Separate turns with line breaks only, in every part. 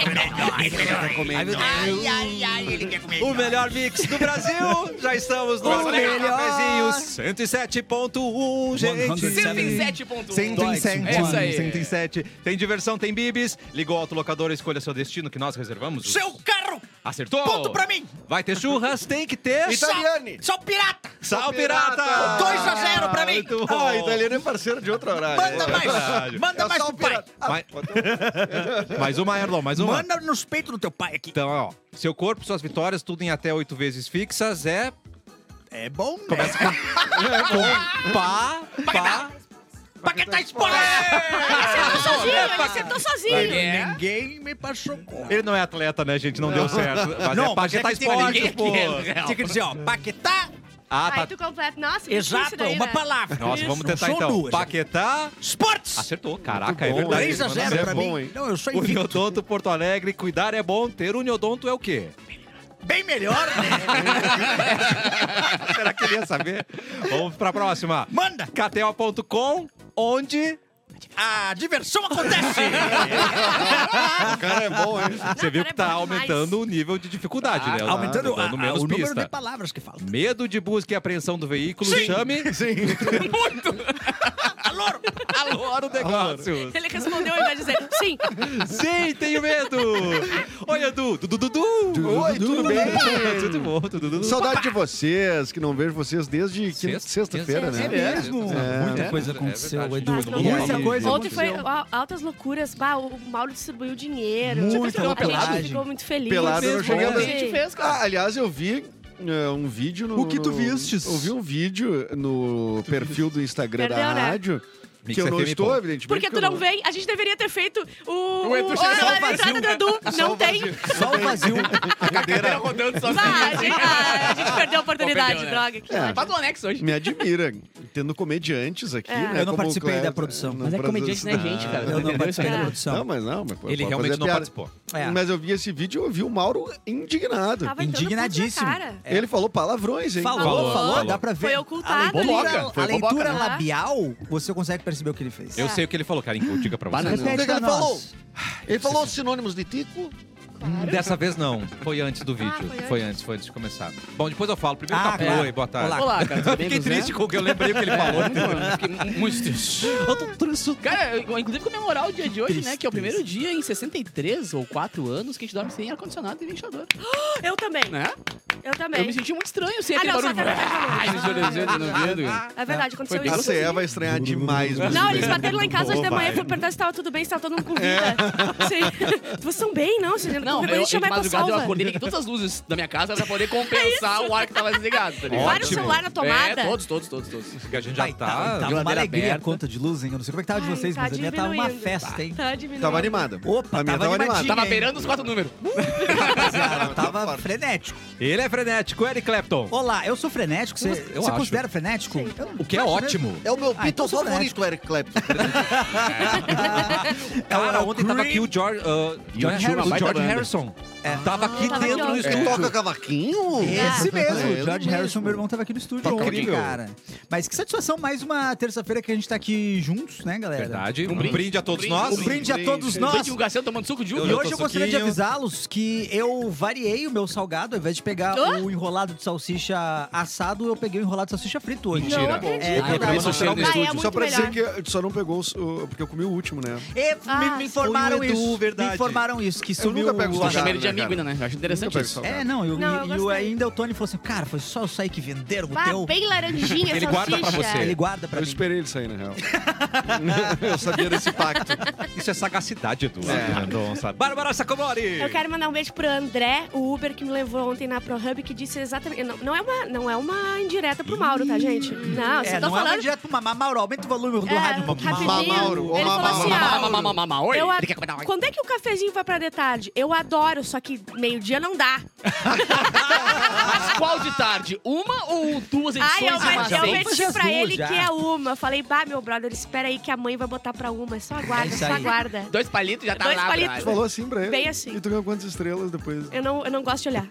Ai, quer comer. Tá Ai, meu Deus.
Ai, ai, ai, ele quer comer.
O melhor mix do Brasil. Já estamos no
O melhor.
Cafezinho 107.1, gente.
107.1.
107.
É isso aí.
107. Tem diversão, tem bibis. Ligou ao autolocador, escolha seu destino que nós reservamos. o-
Seu carro!
Acertou?
Ponto pra mim.
Vai ter churras, tem que ter.
Isso. Italiane.
Só, só pirata!
Sal pirata!
pirata.
2 a 0 pra mim.
Muito bom.
Ah, italiano é parceiro de outro horário.
Manda
É.
verdade.
mais! Manda
É
mais
só
pro
o
pai!
pirata. Ah,
Vai.
bota um-
Mais uma, Erlon, mais uma.
Manda nos peitos do teu pai aqui.
Então, ó. Seu corpo, suas vitórias, tudo em até oito vezes fixas é.
É bom, né? tá?
Com. Pá. Pá.
Paquetá Esporte!
Acertou sozinho,
é,
ele
tá
acertou sozinho.
Ninguém me passou conta.
Ele não é atleta, né, gente? Não, deu certo. Mas é Paquetá
mas é que tem
Esporte,
ninguém
pô.
aqui, né? Tinha que dizer, ó, Paquetá,
Ah,
Aí
tá.
tu completa. Nossa, que
exato,
difícil daí,
uma
né?
palavra.
Nossa, vamos
Não
tentar
são
então.
duas. né?
Paquetá.
Esportes!
Acertou. Caraca, é
bom,
verdade.
3 a
Ele mandou
0
bem.
pra
é bom,
mim.
hein?
Não, eu sou invicto.
Uniodonto Porto Alegre, cuidar é bom, ter Uniodonto é o quê?
Bem melhor, né?
Será que ele ia saber? Vamos pra próxima.
Manda!
KTO.com, onde
A diversão acontece!
O cara é bom, hein?
você viu que
cara, é
tá
bom demais.
aumentando o nível de dificuldade, né?
Ah,
Ah, Aumentando a-
Dando
a-
menos
o número
pista.
de palavras que faltam.
Medo de busca e apreensão do veículo,
Sim.
chame
Alô?
Alora o negócio.
Ele respondeu ao invés de dizer sim.
Sim, tenho medo. Oi, Edu. Dudu, Dudu.
Oi, tudo bem?
Tudo bom, Dudu,
Um
Dudu.
Saudade de vocês, que não vejo vocês desde
Sexta-
quinta- sexta-feira,
sexta-
né?
É
mesmo? É,
Muita
é.
coisa
É
aconteceu,
verdade.
Edu.
Mas não
Muita
Muita
aconteceu.
coisa
coisa
Ontem foi
aconteceu.
ó, altas loucuras. Bah, o Mauro distribuiu dinheiro. Tipo,
Muita
a
pelagem.
gente ficou muito feliz.
Pelado eu não cheguei a
Ontem.
ver. Ah, aliás, eu vi é, um vídeo no.
O que tu
no-
vistes?
Eu vi um vídeo no perfil do Instagram
Perdeu,
da
né?
rádio.
Mix
que eu não
FM,
estou,
pô.
evidentemente.
Porque tu
eu
não vem? A gente deveria ter feito o...
O Edu chega só
hora da
vazio.
entrada do Edu. Não tem.
Só o vazio.
Cadeira rodando só.
Bah, a gente, ah, a gente perdeu a oportunidade,
Perdeu, né?
droga. Que
É.
ódio.
Faz o anexo hoje.
Me admira, tendo comediantes aqui,
É.
né?
Eu não
como o
participei
Cléber-
da produção.
Não
Mas é
produ-
comediante, né, gente, cara?
Ah,
Eu não participei
É.
da
Não,
produção.
mas não. Mas, pode
Ele
fazer
realmente não
piada.
participou.
É.
Mas eu vi esse vídeo e eu vi o Mauro indignado.
Tava entrando
Indignadíssimo.
puto na cara.
Ele falou palavrões, hein?
Falou,
Falou,
falou,
falou.
dá pra ver.
Foi ocultado
A
ali.
leitura,
Foi boboca.
a leitura
Ah.
labial, você consegue perceber o que ele fez.
Eu sei o que ele falou, cara. Eu diga pra
Banana.
vocês.
O que
Repete
que
pra
ele falou?
nós.
Ele falou os sinônimos de tico.
Dessa vez não. Foi antes do vídeo.
Ah, foi
foi,
antes.
antes, foi antes de começar. Bom, depois eu falo. Primeiro
Ah,
tá
claro.
Oi, boa tarde.
Olá. né? É.
Olá, cara. tudo bem,
Fiquei
José?
triste com o que eu lembrei o que ele falou.
Fiquei muito triste.
Eu tô triste.
Cara, eu- inclusive comemorar o dia de hoje, né?
Triste,
Que é o primeiro dia em 63 ou 4 anos que a gente dorme sem ar-condicionado e ventilador.
Eu também.
Né?
Eu
Eu
também.
me senti muito estranho sem
Ah,
aquele
não, só
barulho.
que
Ai,
eu
me
não tava
chorei,
falando.
não vendo?
É verdade, aconteceu
A
isso.
CE vai estranhar demais. mas-
Não, eles bateram lá em casa hoje de manhã e foram perguntar se tava tudo bem, se tava todo mundo com vida. Sim. Vocês estão bem, não? Vocês
Não,
qualquer
eu,
coisa
eu de
chamar pra
madrugada eu
salva.
acordei, liguei todas as luzes da minha casa pra poder compensar o ar que tava desligado, tá ligado?
Vários celular na tomada.
É, todos, todos, todos, todos.
Que a gente já
Ai,
tá.
tava uma
geladeira
alegria
aberta.
a conta de luz, hein? Eu não sei como é que tava de
Ai,
vocês,
tá
mas a minha tava uma
diminuindo.
festa, hein?
Tá diminuindo.
Tava animada. a
Opa,
minha
tava
tava animada.
animadinha.
Tava beirando os quatro números.
Rapaziada, tava frenético.
Ele é frenético, Eric Clapton.
Olá, eu sou frenético. Você,
Eu
você
acho.
considera frenético?
Sim.
Eu não-
O que é ótimo.
É o meu
Ah, então
Beatles
sou
favorito, Eric Clapton.
Cara,
o
ontem tava
Cream.
aqui o George, uh, George
tinha uma
Harrison.
baita
George
banda.
Harrison. Tava aqui
Tava
dentro
aqui, ó.
do
É,
Ele toca
estúdio.
cavaquinho?
assim
Esse mesmo,
É,
o
ele
George
mesmo.
Harrison, meu irmão, tava aqui no estúdio
Tá
ontem,
incrível.
cara. Mas que satisfação, mais uma terça-feira que a gente tá aqui juntos, né, galera?
Verdade. Um,
brinde.
brinde a todos
Brinde.
nós.
Um brinde a
brinde.
todos
Um
nós.
Nossa. O Garcia tomando suco de uva.
E
Eu
hoje
tô
eu gostaria de
suquinho.
avisá-los que eu variei o meu salgado. Ao invés de pegar
Hã?
o enrolado de salsicha assado, eu peguei o enrolado de salsicha frito hoje.
Mentira. Não acredito.
É,
Eu
verdade.
também sou cheio de
Ah, é estúdio.
Só
muito
pra dizer
melhor.
que tu só não pegou os- o... Porque eu comi o último, né?
E me- me,
Ah,
informaram
foi o Edu,
isso.
verdade.
Me informaram isso, que
Eu
sumiu
nunca pego
o
Eu
salgado.
chamei ele de
né,
amigo
cara?
ainda, né? Eu acho interessante
Nunca
isso.
pego
É, não, eu,
Não,
e-
eu
e o-
gostei.
ainda o Tony falou assim, cara, foi só isso aí que venderam o
Bah,
teu.
bem laranjinha,
Ele
salsicha.
guarda pra você.
Ele Então, guarda pra
Eu
mim.
esperei ele sair, na real. eu sabia desse pacto.
Isso é sagacidade, Edu.
É.
Ah, Mendonça. Bárbara Sacomori.
Eu quero mandar um beijo pro André, o Uber que me levou ontem na ProHub, que disse exatamente. Não, não é, uma, não é uma indireta pro Mauro, tá, gente? Não,
É,
só
não
tô
é
falando.
uma direto pro mamar, Mauro, aumenta o volume do
É,
rádio. um Mauro.
rapidinho.
Mamauro, ô,
Ele falou
Mamauro.
assim: ah,
Mama, mama, mama, oi.
Eu a-
Ele quer comer uma-
Quando é que o cafezinho vai pra de tarde? Eu adoro, só que meio-dia não dá.
Mas qual de tarde? Uma ou duas edições
Ai, eu,
de uma
meti-
Vamos
eu
vez?
fazer
meti
as
pra
duas
ele
já.
que é uma. Falei, bah, meu brother, espera aí que a mãe vai botar pra uma. Só aguarda,
É isso
só
aí.
aguarda.
Dois palitos já tá
Dois
lá,
palitos.
Tu
brother.
falou assim pra ele.
Bem assim.
E tu ganhou quantas estrelas depois?
Eu não, eu não gosto de olhar.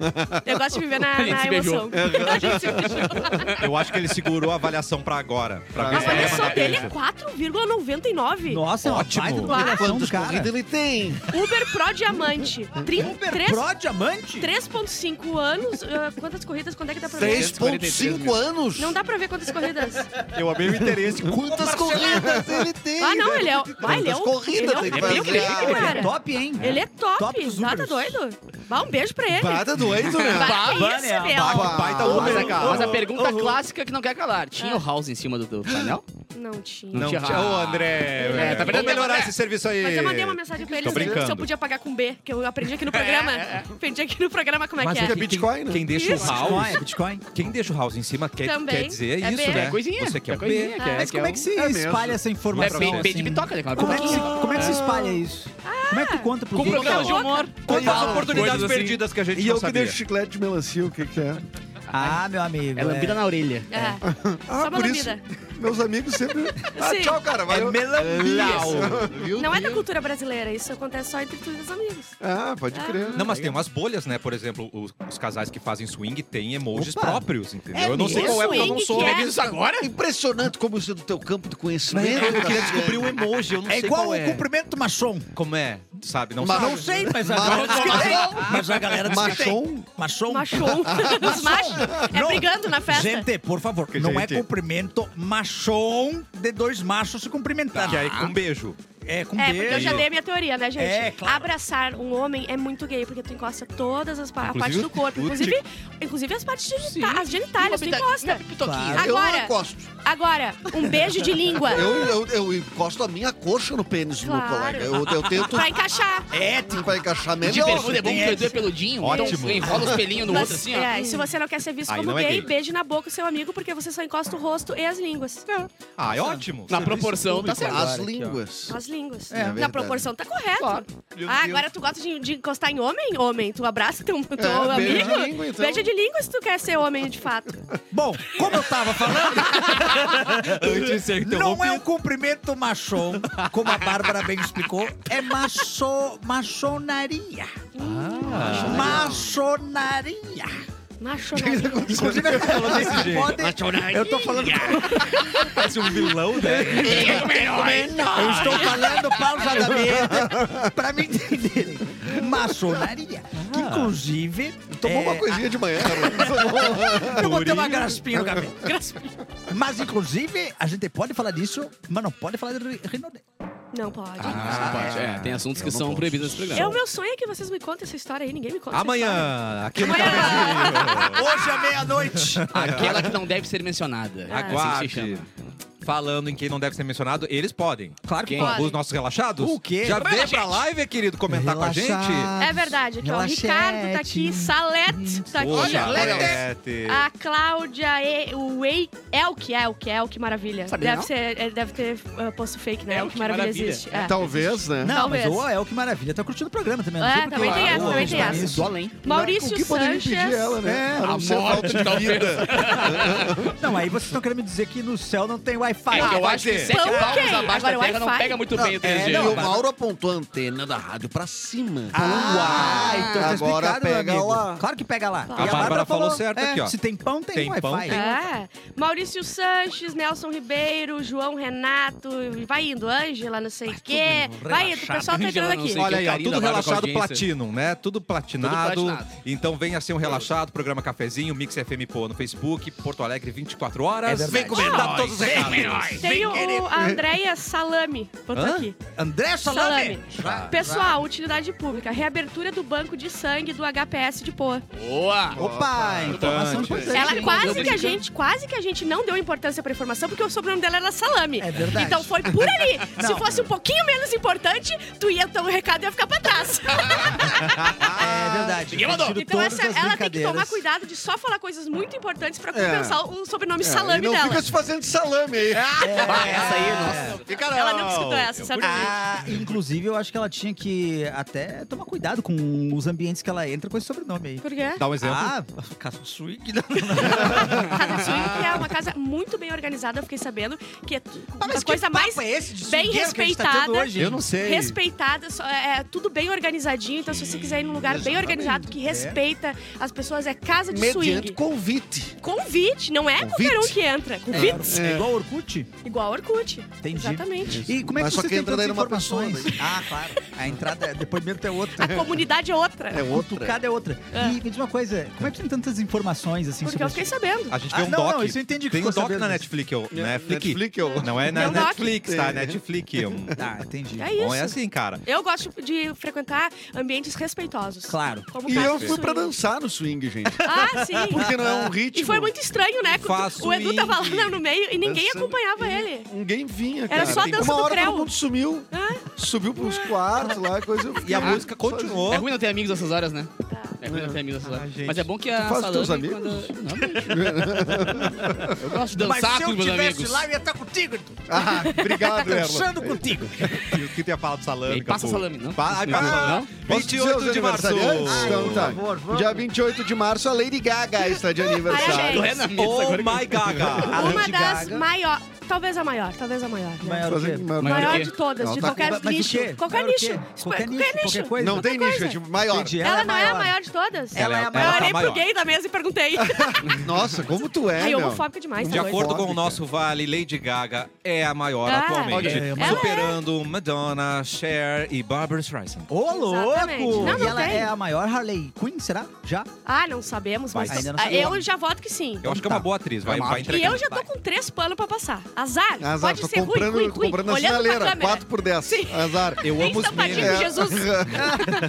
Eu gosto de viver na,
A gente
na
se beijou.
emoção. A gente se beijou.
Eu acho que ele segurou a avaliação pra agora. Pra
Ah,
ver
A
se leva
avaliação
na
dele
pista.
é 4,99.
Nossa, é uma
Ótimo.
baita numeração do
Quantos
cara.
corridas ele tem?
Uber Pro Diamante. Trin- três-
Pro diamante?
3,5 anos. Ah, quantas corridas? Quanto é que dá pra ver?
3,5 anos?
Não dá pra ver quantas corridas.
Eu amei o interesse.
Quantas corridas ele tem?
Ah, não,
velho?
ele é. Ah, ele é
Quantas
o.
corridas
ele
tem
é
pra
o pica,
fazer?
cara.
Top, hein?
Ele é top.
Top dos
Nada
Ubers.
doido. Bah, um beijo pra ele.
Bah, tá doido, né?
Bah, que
Bah,
isso,
né?
meu?
então
Bah, que baita Uber, né, cara?
Mas a pergunta clássica que não quer calar.
Ah.
Tinha o House em cima do, do painel?
Não tinha.
Não,
tinha-
tinha- ô, André.
É, tá
Vamos
perdendo
melhorar
tempo,
esse serviço aí.
Mas eu mandei uma mensagem pra ele
Tô
dizendo se eu
brincando.
podia pagar com B, que eu aprendi aqui no programa. Aprendi aqui no programa como é
Mas o
que é.
que
É Bitcoin, né?
Quem deixa o
Isso.
house,
Bitcoin, é Bitcoin.
quem deixa o house em cima quer,
Também.
quer dizer
É
isso,
B.
né?
É
coisinha,
Você quer
é
o
coisinha,
B.
que é-
Mas
que
como
é
é que
o-
se
é mesmo.
espalha essa
É
informação?
bem, bem de
assim?
bitoca, né? Claro.
Como é, que se, como é que se
Ah.
espalha isso? Como é que tu conta pro
Com
Vitor?
programa de
Cala a
humor.
Quantas
Fala
oportunidades
coisas assim.
perdidas que a
E
gente não
eu que
sabia?
deixo chiclete de melancia, o que que é?
Ah, meu amigo.
É lambida na orelha.
É.
Ah,
Só uma
por isso,
lambida.
meus amigos sempre... Ah,
Sim.
tchau, cara,
É
valeu.
melambia.
Não é da cultura brasileira, isso acontece só entre tu e os amigos.
Ah, pode crer.
Não, mas tem umas bolhas, né? Por exemplo, os, os casais que fazem swing têm emojis
Opa.
próprios, entendeu?
É
eu não sei
mesmo?
qual é, porque eu não
Swing
sou.
que é?
isso agora?
Impressionante como isso é do teu campo de conhecimento.
Eu queria descobrir o emoji, eu não
É
sei
igual
qual é.
o cumprimento machon.
Como é? Sabe? Não
Mas
sabe.
não
sei, mas
Machon.
Mas a galera diz que tem.
Machon?
Machon.
Machou. Os machos. É
Não.
brigando na festa.
Gente, por favor, não é
gente.
cumprimento machon de dois machos se cumprimentar.
Que é com um beijo.
É, com
É,
beijo.
porque eu já dei a minha teoria, né, gente?
É, claro.
Abraçar um homem é muito gay, porque tu encosta todas as pa- a
Inclusive
partes do
o-
corpo.
o
Inclusive, inclusive as partes genitais, as genitálias, tu
Uma É. pita-
Ah, encosta.
uma pitoquinha.
Claro.
Eu não
Agora.
encosto.
Agora, um beijo de língua.
Eu, eu, eu encosto a minha coxa no pênis do meu
Claro.
colega. Eu, eu tento
Pra encaixar.
É, tem-
pra encaixar
De
melhor.
perfume é bom porque o é peludinho.
Ótimo.
Então enrola os pelinhos no outro
Mas,
assim, ó.
é, e se você não quer ser visto
Aí
como
não é
gay,
gay.
beije na boca o seu amigo, porque você só encosta o rosto e as línguas.
Ah, é ótimo.
Na proporção tá certo.
As
Agora aqui, ó.
línguas.
As línguas.
É
na
verdade.
proporção tá correto.
Claro.
Ah, agora tu gosta de, de encostar em homem? Homem, tu abraça teu, teu
É, beijo
amigo.
de língua, então.
Beija de língua se tu quer ser homem de fato.
Bom, como eu tava falando,
Antes de
não é um cumprimento machon, como a Bárbara bem explicou, é macho, machonaria. Machonaria.
Machonaria.
Inclusive, pode, eu tô falando
parece um vilão, né?
é
é
Eu estou falando pausadamente para me entenderem. Maçonaria. Que, inclusive.
Tomou
é,
uma coisinha de manhã. né?
a- Eu botei uma graspinha no cabelo. Mas, inclusive, a gente pode falar disso, mas não pode falar de ri- rinode.
Não pode.
É, tem assuntos que são proibidos nesse
É o
programa.
meu sonho é que vocês me contem essa história aí. Ninguém me conta. essa
Amanhã, aqui no
Amanhã.
Cafezinho.
Hoje à meia-noite.
Aquela que não deve ser mencionada.
Ah,
Assim que se
Aguarde.
chama.
Falando em quem não deve ser mencionado, eles podem.
Claro que
Quem?
pode.
Podem.
Os nossos relaxados?
O quê?
Já
Relaxa,
vem pra
gente.
live, querido, comentar com a gente?
É verdade. Aqui, ó, o
Relaxete.
Ricardo tá aqui, Salete tá aqui.
Poxa,
Olha,
Lete.
A Cláudia e o é, Ei, Elk, Elk, Elk, maravilha.
Sabia,
deve,
não?
ser, ele deve ter uh, posto fake, né?
Elk,
Elk, maravilha,
maravilha.
existe. É.
Talvez, né?
Não,
Talvez.
mas o El, que maravilha. Tá curtindo o programa também.
É,
não sei porque
também tem
eu-
essa,
eu-
também tem
eu-
essa.
isso.
Do além.
O
Maurício
que poderia impedir ela,
Sanchez.
né?
A
não ser
morte,
falta de
talvez.
vida.
Não, aí vocês estão querendo me dizer que no céu não tem
É,
Wi-Fi.
que eu
vai
acho que
ter.
sete
Pão,
palmos
ok.
abaixo da
Agora,
terra não
Wi-Fi.
pega muito bem o 3G.
e
não,
É, o Mauro apontou a antena da rádio pra cima.
Ah, então tá
Agora
explicado, meu
pega
amigo.
lá.
Claro que pega lá. E
Bárbara falou certo aqui, ó.
é, Se tem pão, tem,
Tem
Wi-Fi.
pão, tem.
É. Maurício Sanches, Nelson Ribeiro, João Renato, vai indo, Ângela, não sei o quê.
mundo
Vai indo, o
relaxado.
pessoal tá entrando
Ângela, não
aqui.
sei.
Olha aí, ó,
carinho
tudo
da Bárbara com a
relaxado
audiência.
Platinum, né? Tudo platinado.
Tudo platinado.
Então venha ser um relaxado, programa Cafezinho, Mix FM Pô no Facebook, Porto Alegre 24
É
horas.
verdade.
Vem comentar todos os recados.
Tem o, o- a Andréia Salame, botou
Hã?
aqui.
André Salame.
Pessoal, utilidade pública, reabertura do banco de sangue do HPS de Poa.
Boa!
Opa, informação importante.
Ela
Sim,
quase
eu
que a
verificando.
gente, quase que a gente não deu importância pra informação, porque o sobrenome dela era Salame.
É verdade.
Então foi por ali. Se
Não.
fosse um pouquinho menos importante, tu ia então o recado ia ficar pra trás.
É verdade.
Ninguém mandou.
Tiro
Então
todas
essa,
as
ela tem que
brincadeiras.
tomar cuidado de só falar coisas muito importantes pra
É.
compensar o sobrenome
É,
Salame
e não
dela.
fica se fazendo de salame aí.
Bah,
É,
essa aí, nossa.
Fica
Ela não escutou essa, sabe?
Ah, inclusive, eu acho que ela tinha que até tomar cuidado com os ambientes que ela entra com esse sobrenome aí.
Por quê?
Ah,
Dá um exemplo.
Ah, caso swing. Não,
Casa de swing, que é uma casa muito bem organizada, eu fiquei sabendo. Que é tu-
Ah,
uma
mas que
coisa
papo
mais
é esse de
bem
swingueiro que a gente tá
respeitada.
tendo hoje, hein?
Eu não sei.
respeitada, só- é, é tudo bem organizadinho. Então, se você quiser ir num lugar bem organizado, que respeita as pessoas, é casa de
é. Mediante
swing.
convite.
Convite, não é qualquer um
Convite.
que entra. Convite.
É.
igual Orkut?
Igual a Orkut.
Entendi.
Exatamente.
E como é
Mas
que
só
você
que
tem
entra
tantas
daí numa pessoa,
informações? Ah, claro. A entrada, é- depoimento é outra.
A comunidade é outra.
É outra.
Cada é outra. E me diz uma coisa, como é que tem tantas informações assim
Porque
sobre
eu fiquei sabendo.
A gente
Ah,
tem um
não,
doc.
não, isso eu entendi que
Tem um
ficou
doc
sabendo.
na Netflix, eu. Netflix.
É, Netflix, eu-
Não é na
É um doc.
Netflix, tá?
É.
Netflix. hum.
isso? Ah, entendi.
É
Bom, é
isso.
assim, cara.
Eu gosto de frequentar ambientes respeitosos.
Claro.
Como
E
casa
eu
de
fui pra
swing.
dançar no swing, gente.
Ah, sim.
Porque não é um ritmo.
E foi muito estranho, né?
Faço
o Edu tava
indie.
lá no meio e ninguém
Dançando.
acompanhava
E
ele.
Ninguém vinha,
Era
cara.
só a dança
Uma
do
hora
Creu. É.
todo mundo sumiu. Subiu pros quartos lá, coisa. eu
E
fiquei ah,
a música
sozinho.
continuou.
É ruim não ter amigos nessas horas, né? É ruim não ter amigos nessas horas. Mas é bom que a
Tu faz os teus
Salame,
amigos?
quando- Não, mas- Eu gosto de
Mas
dançar
se
com
eu
os meus
tivesse
amigos.
lá, eu ia estar contigo, Edu.
Ah,
Tá
obrigado, Erlon.
Dançando contigo.
O que tu ia falar do salame?
Ei, passa
Capu?
salame, não?
Pa- Ai, passa.
Não?
Posso dizer
28
os
de março.
aniversariantes? Então tá.
favor, vamos.
Dia 28 de março, a Lady Gaga está de aniversário.
Parabéns.
É na mesa
Oh
agora.
my gaga.
Uma
Lady
das
Gaga.
maior. Talvez a maior, talvez a maior. né?
Maior o quê?
Fazer- mas-
Maior
Maior
o quê?
de todas,
Ela
de
tá
qualquer
Mas- mas o
nicho.
quê?
Qualquer
Maior o quê?
nicho.
Qualquer nicho, qualquer coisa.
Não tem nicho, é
coisa.
tipo maior.
Entendi.
Ela,
é
não é a maior de todas?
Ela é a
Eu
maior.
olhei
Ela é a
pro gay da mesa e perguntei.
Nossa, como tu é,
Aí,
meu.
homofóbica demais,
De
tá doido?
acordo com o
Óbvio,
nosso Vale, Lady Gaga é a maior
Ah,
atualmente.
olha,
é,
mas-
superando Madonna, Cher e Barbara Streisand.
Ô,
Exatamente.
louco!
Não, não
e ela
tem.
é a maior Harley Quinn, será? Já?
Ah, não sabemos, mas
Ainda não
ah,
sabemos.
eu já voto que sim.
Eu acho que é
tá.
uma boa atriz, vai,
É uma
vai
E
entregar.
eu já tô com três panos pra passar. Azar.
Azar,
Pode
tô
ser
comprando,
ruim, ruim, ruim.
comprando na
Olhando pra
sinaleira.
câmera.
4 por 10.
Sim.
Azar.
Eu
Tem
amo os né?
sapatinho
memes.
de Jesus.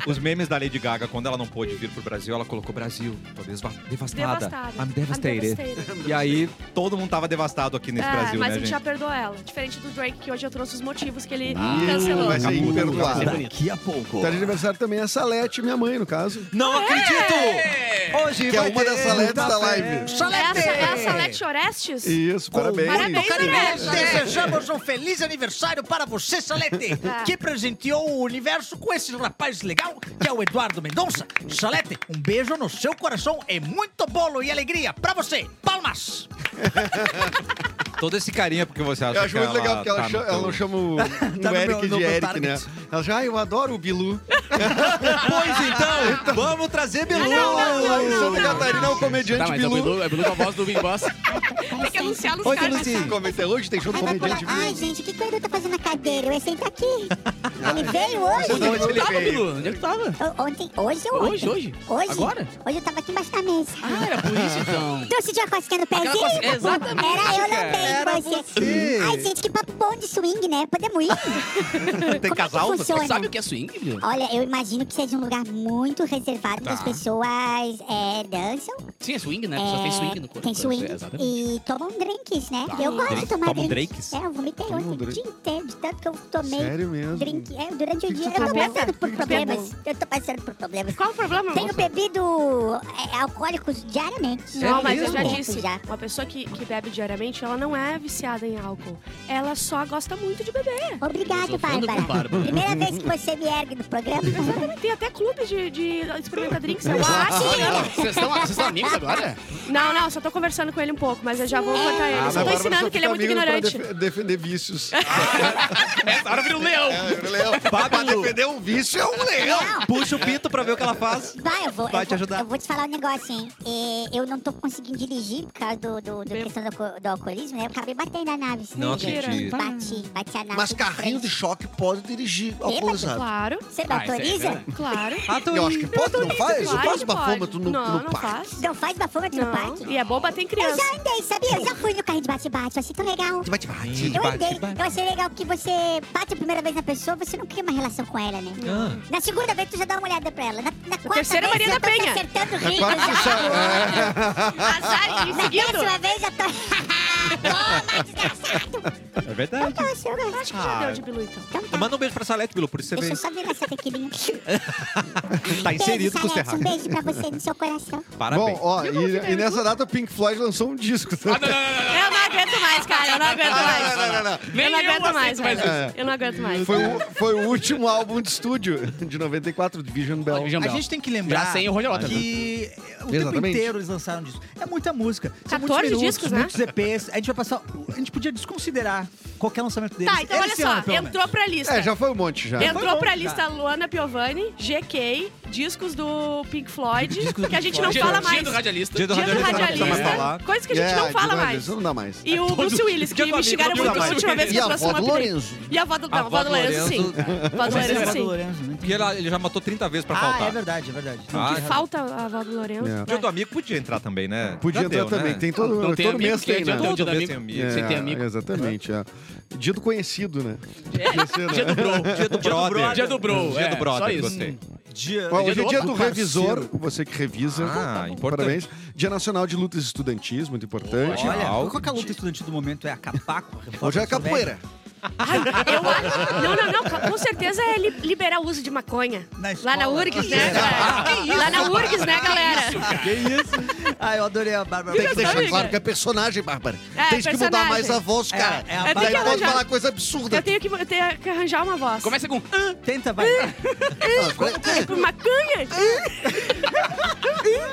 Os memes da Lady Gaga, quando ela não pôde vir pro Brasil, ela colocou Brasil. Tô desva- devastada.
Devastada.
I'm
I'm
devastated.
devastated.
E aí, todo mundo tava devastado aqui nesse
É,
Brasil,
mas
né,
a gente
gente?
já perdoou ela. Diferente do Drake, que hoje eu trouxe os motivos que ele
Ah.
cancelou.
Vai ser
Acabou.
imperdoável.
Daqui a pouco.
Tá de aniversário também a Salete, minha mãe, no caso.
Não acredito! Hoje
Que é
vai
uma
ter
das Saletes
muita
da
festa.
live.
Essa é a Salete Orestes?
Isso,
Parabéns, Salete.
Desejamos um feliz aniversário para você, Salete,
Ah.
que presenteou o universo com esse rapaz legal, que é o Eduardo Mendonça. Salete, um beijo no seu coração e muito bolo e alegria para você. Palmas!
Todo esse carinho é porque você acha
Eu acho
que
muito
ela
legal porque ela,
tá
cha-
no
ela
teu-
não chama o, o
no meu-
Eric
no
de
meu
Eric,
target.
né? Ela já, ah, eu adoro o Bilu.
Pois então, vamos trazer Bilu!
Ah, não, não, não,
Em
não,
Santa
não,
Catarina é
não.
o comediante
Tá, mas é o
Bilu.
Bilu, é o Bilu com a voz do Big Boss.
Tem que anunciar nos
Oi,
caras.
Biluzinho. Comenta- Hoje tem show do
Aí vai falar,
comediante
ai
Bilu.
gente, o que, que o Edu tá fazendo na cadeira? Eu ia sentar aqui. Ele veio hoje.
Onde é que tu
Ele
tava,
veio.
Bilu? Onde é que tu tava?
O- Ontem, hoje ou
Hoje,
ontem?
hoje?
Hoje?
Agora?
Hoje eu tava aqui embaixo da mesa.
Ah, era por isso então.
Trouxe de uma cosquinha no
Aquela
pezinho.
cosquinha- exatamente,
Era eu
cara.
lambei
Era
você.
você.
Ai gente, que papo bom de swing, né? Podemos ir.
Tem
Como
casal?
É que funciona?
Sabe o que é swing, Bilu?
Olha, eu imagino que seja um lugar muito reservado que as pessoas é, dançam.
Sim, é swing, né? Só tem
é,
swing no corpo.
Tem swing
Exatamente.
e tomam drinks, né? Eu gosto de tomar
Tomam
drinks.
drinks?
É, eu vomitei
Tomam
ontem o
drink.
dia inteiro, de tanto que eu tomei.
Sério mesmo?
Drink, é, durante o
que
dia. Eu
tu
tô
tomou?
Que
passando por
que tu
problemas. Eu tô passando por problemas.
Qual o problema?
Tenho
moça?
bebido é, alcoólicos diariamente.
É
É
Não, mas eu
Muito
já
tempo
disse.
já.
Uma pessoa que, que bebe diariamente, ela não é viciada em álcool. Ela só gosta muito de beber.
Obrigado,
Filosofando com
Bárbara.
Bárbara.
Primeira vez que você me ergue no programa.
Tem até clube de, de experimentar drinks. Eu
Ah,
Mentira!
acho.
Vocês estão- vocês estão amigos agora?
Não, não, só tô conversando com ele um pouco, mas eu já vou cortar
Ah,
ele. só
mas
tô
Bárbara só
ensinando que ele é
fica
muito
amigo pra
ignorante.
defe- defender vícios.
Essa hora vira um leão.
É, Leão, pra defender um vício é um leão.
Puxa o pito pra ver o que ela faz.
Vai, eu vou,
Vai
eu,
te
vou-
ajudar.
eu vou te falar um negócio, hein? É, eu não tô conseguindo dirigir por causa do, do, do questão do, alco- do alcoolismo, né? Eu acabei batendo a nave. assim,
Não
gente.
acredito.
Bati, bati a nave.
Mas carrinho de choque pode dirigir alcoolizado.
Claro,
Você não
Ah, isso aí é
autoriza?
verdade.
claro.
Eu acho que pode, não faz? Não
Claro
faz
que
bafômetro
pode.
no,
Não,
no
não
parque.
faz.
Não faz bafômetro no
Não,
parque?
e é bom bater em
Eu
criança.
já andei, sabia? Eu já fui no carrinho de bate-bate. Eu achei tão legal.
Bate, bate.
Eu andei. Eu achei legal porque você bate a primeira vez na pessoa, você não cria uma relação com ela, né? Na segunda vez, tu já dá uma olhada pra ela. Na, na quarta
terceira, Maria
vez, já
da
tô te
Penha.
acertando o ritmo.
quarta,
já
você É.
tô-
Azar e
Na
tá seguindo.
próxima vez, já tô... Toma, desgraçado!
É verdade.
Eu gosto, eu gosto.
Acho que já
Ah.
deu de Bilu, então.
Então tá.
Manda um beijo pra Salete, Bilu, por isso você
Deixa eu
veio.
só virar essa tequilinha.
Tá
beijo,
inserido com o
Salete. Um
Serrado.
beijo pra você no seu coração.
Parabéns.
Bom, ó,
Viu como
e,
fica
e nessa data o Pink Floyd lançou um disco. Ah,
Ah, não, não, não, não,
não, não, não, não.
Eu não aguento mais, cara. Eu não aguento mais.
não.
Eu
Nem
não
eu
aguento mais,
aceito mais
velho. Eu não aguento mais.
Foi o, foi o último álbum de estúdio de 94, de Vision Bell.
Vision
A
Bell.
gente tem que lembrar
Já sem o né? Roger Waters,
que o tempo
Exatamente.
inteiro eles lançaram disco. É muita música. São
14
muitos minutos,
discos, né?
muitos EPs. A gente vai passar... A gente podia desconsiderar qualquer lançamento deles.
Tá, então olha
Esse
só.
ano, pelo menos.
Entrou pra lista.
É, já foi um monte já.
foi
Entrou
bom,
pra
já.
lista Luana Piovani, GK, discos do Pink Floyd,
Discos do
que a
Pink
gente
Floyd.
não
Dia-
fala
dia
mais.
do radialista.
Dia do
Dia do
Radialista, não precisa mais
Radialista,
falar.
coisa que a gente
Yeah,
não fala
Dilma
mais.
Wilson, É, Não dá mais.
E o Bruce Willis, que
Dia do
me xingaram
Radialista,
muito
não
a
dá
última
mais.
vez que
E
eu
a
trouxe
avó
um
do
update.
Lourenço.
E a avó do, não,
A
a avó do Lourenço, sim. A avó do
Mas é
Lourenço,
do
sim.
Lourenço, né?
Porque ela- ele já matou 30 vezes pra
Ah,
faltar.
é verdade, é verdade.
Ah,
Que falta a avó do Lourenço.
É.
Dia do
vai.
amigo podia entrar também, né?
Podia
Já
entrar
deu,
também.
né?
Tem todo,
Não tem
todo
amigo, é
mês
porque
tem,
dia
né?
do-
Todo
dia do
mês
amigo.
tem amigo.
É,
Sem ter amigo.
Exatamente, é. Dia do conhecido, né? Podia ser, né?
Dia do bro.
Dia do brother.
Dia do bro,
Dia
é,
do
só
brother,
isso.
gostei.
Dia...
Ó, Hoje
Dia
é
do
dia do
outro
revisor,
parceiro.
você que revisa.
Ah, importante.
Parabéns. Dia Nacional de Lutas Estudantis, muito importante.
Olha,
Algo
qual que é a luta estudantil do momento? É acabar com a reforma?
Hoje é capoeira.
Ai, eu acho. Não, não, não. Com certeza é li- liberar o uso de maconha.
Na
Lá na
escola.
URGS, né, galera? Lá na URGS, né, galera?
Que isso? Ah, eu adorei a Bárbara.
Tem que deixar
sabe,
claro
né?
que é personagem, Bárbara.
É,
Tem que mudar
personagem.
mais a voz,
É,
cara.
é a
Eu tenho
Daí
que
pode
arranjar-
falar coisa absurda.
Eu tenho que, eu tenho que arranjar uma voz.
Começa com...
Tenta, vai.
Ah, qual é-
Por maconha?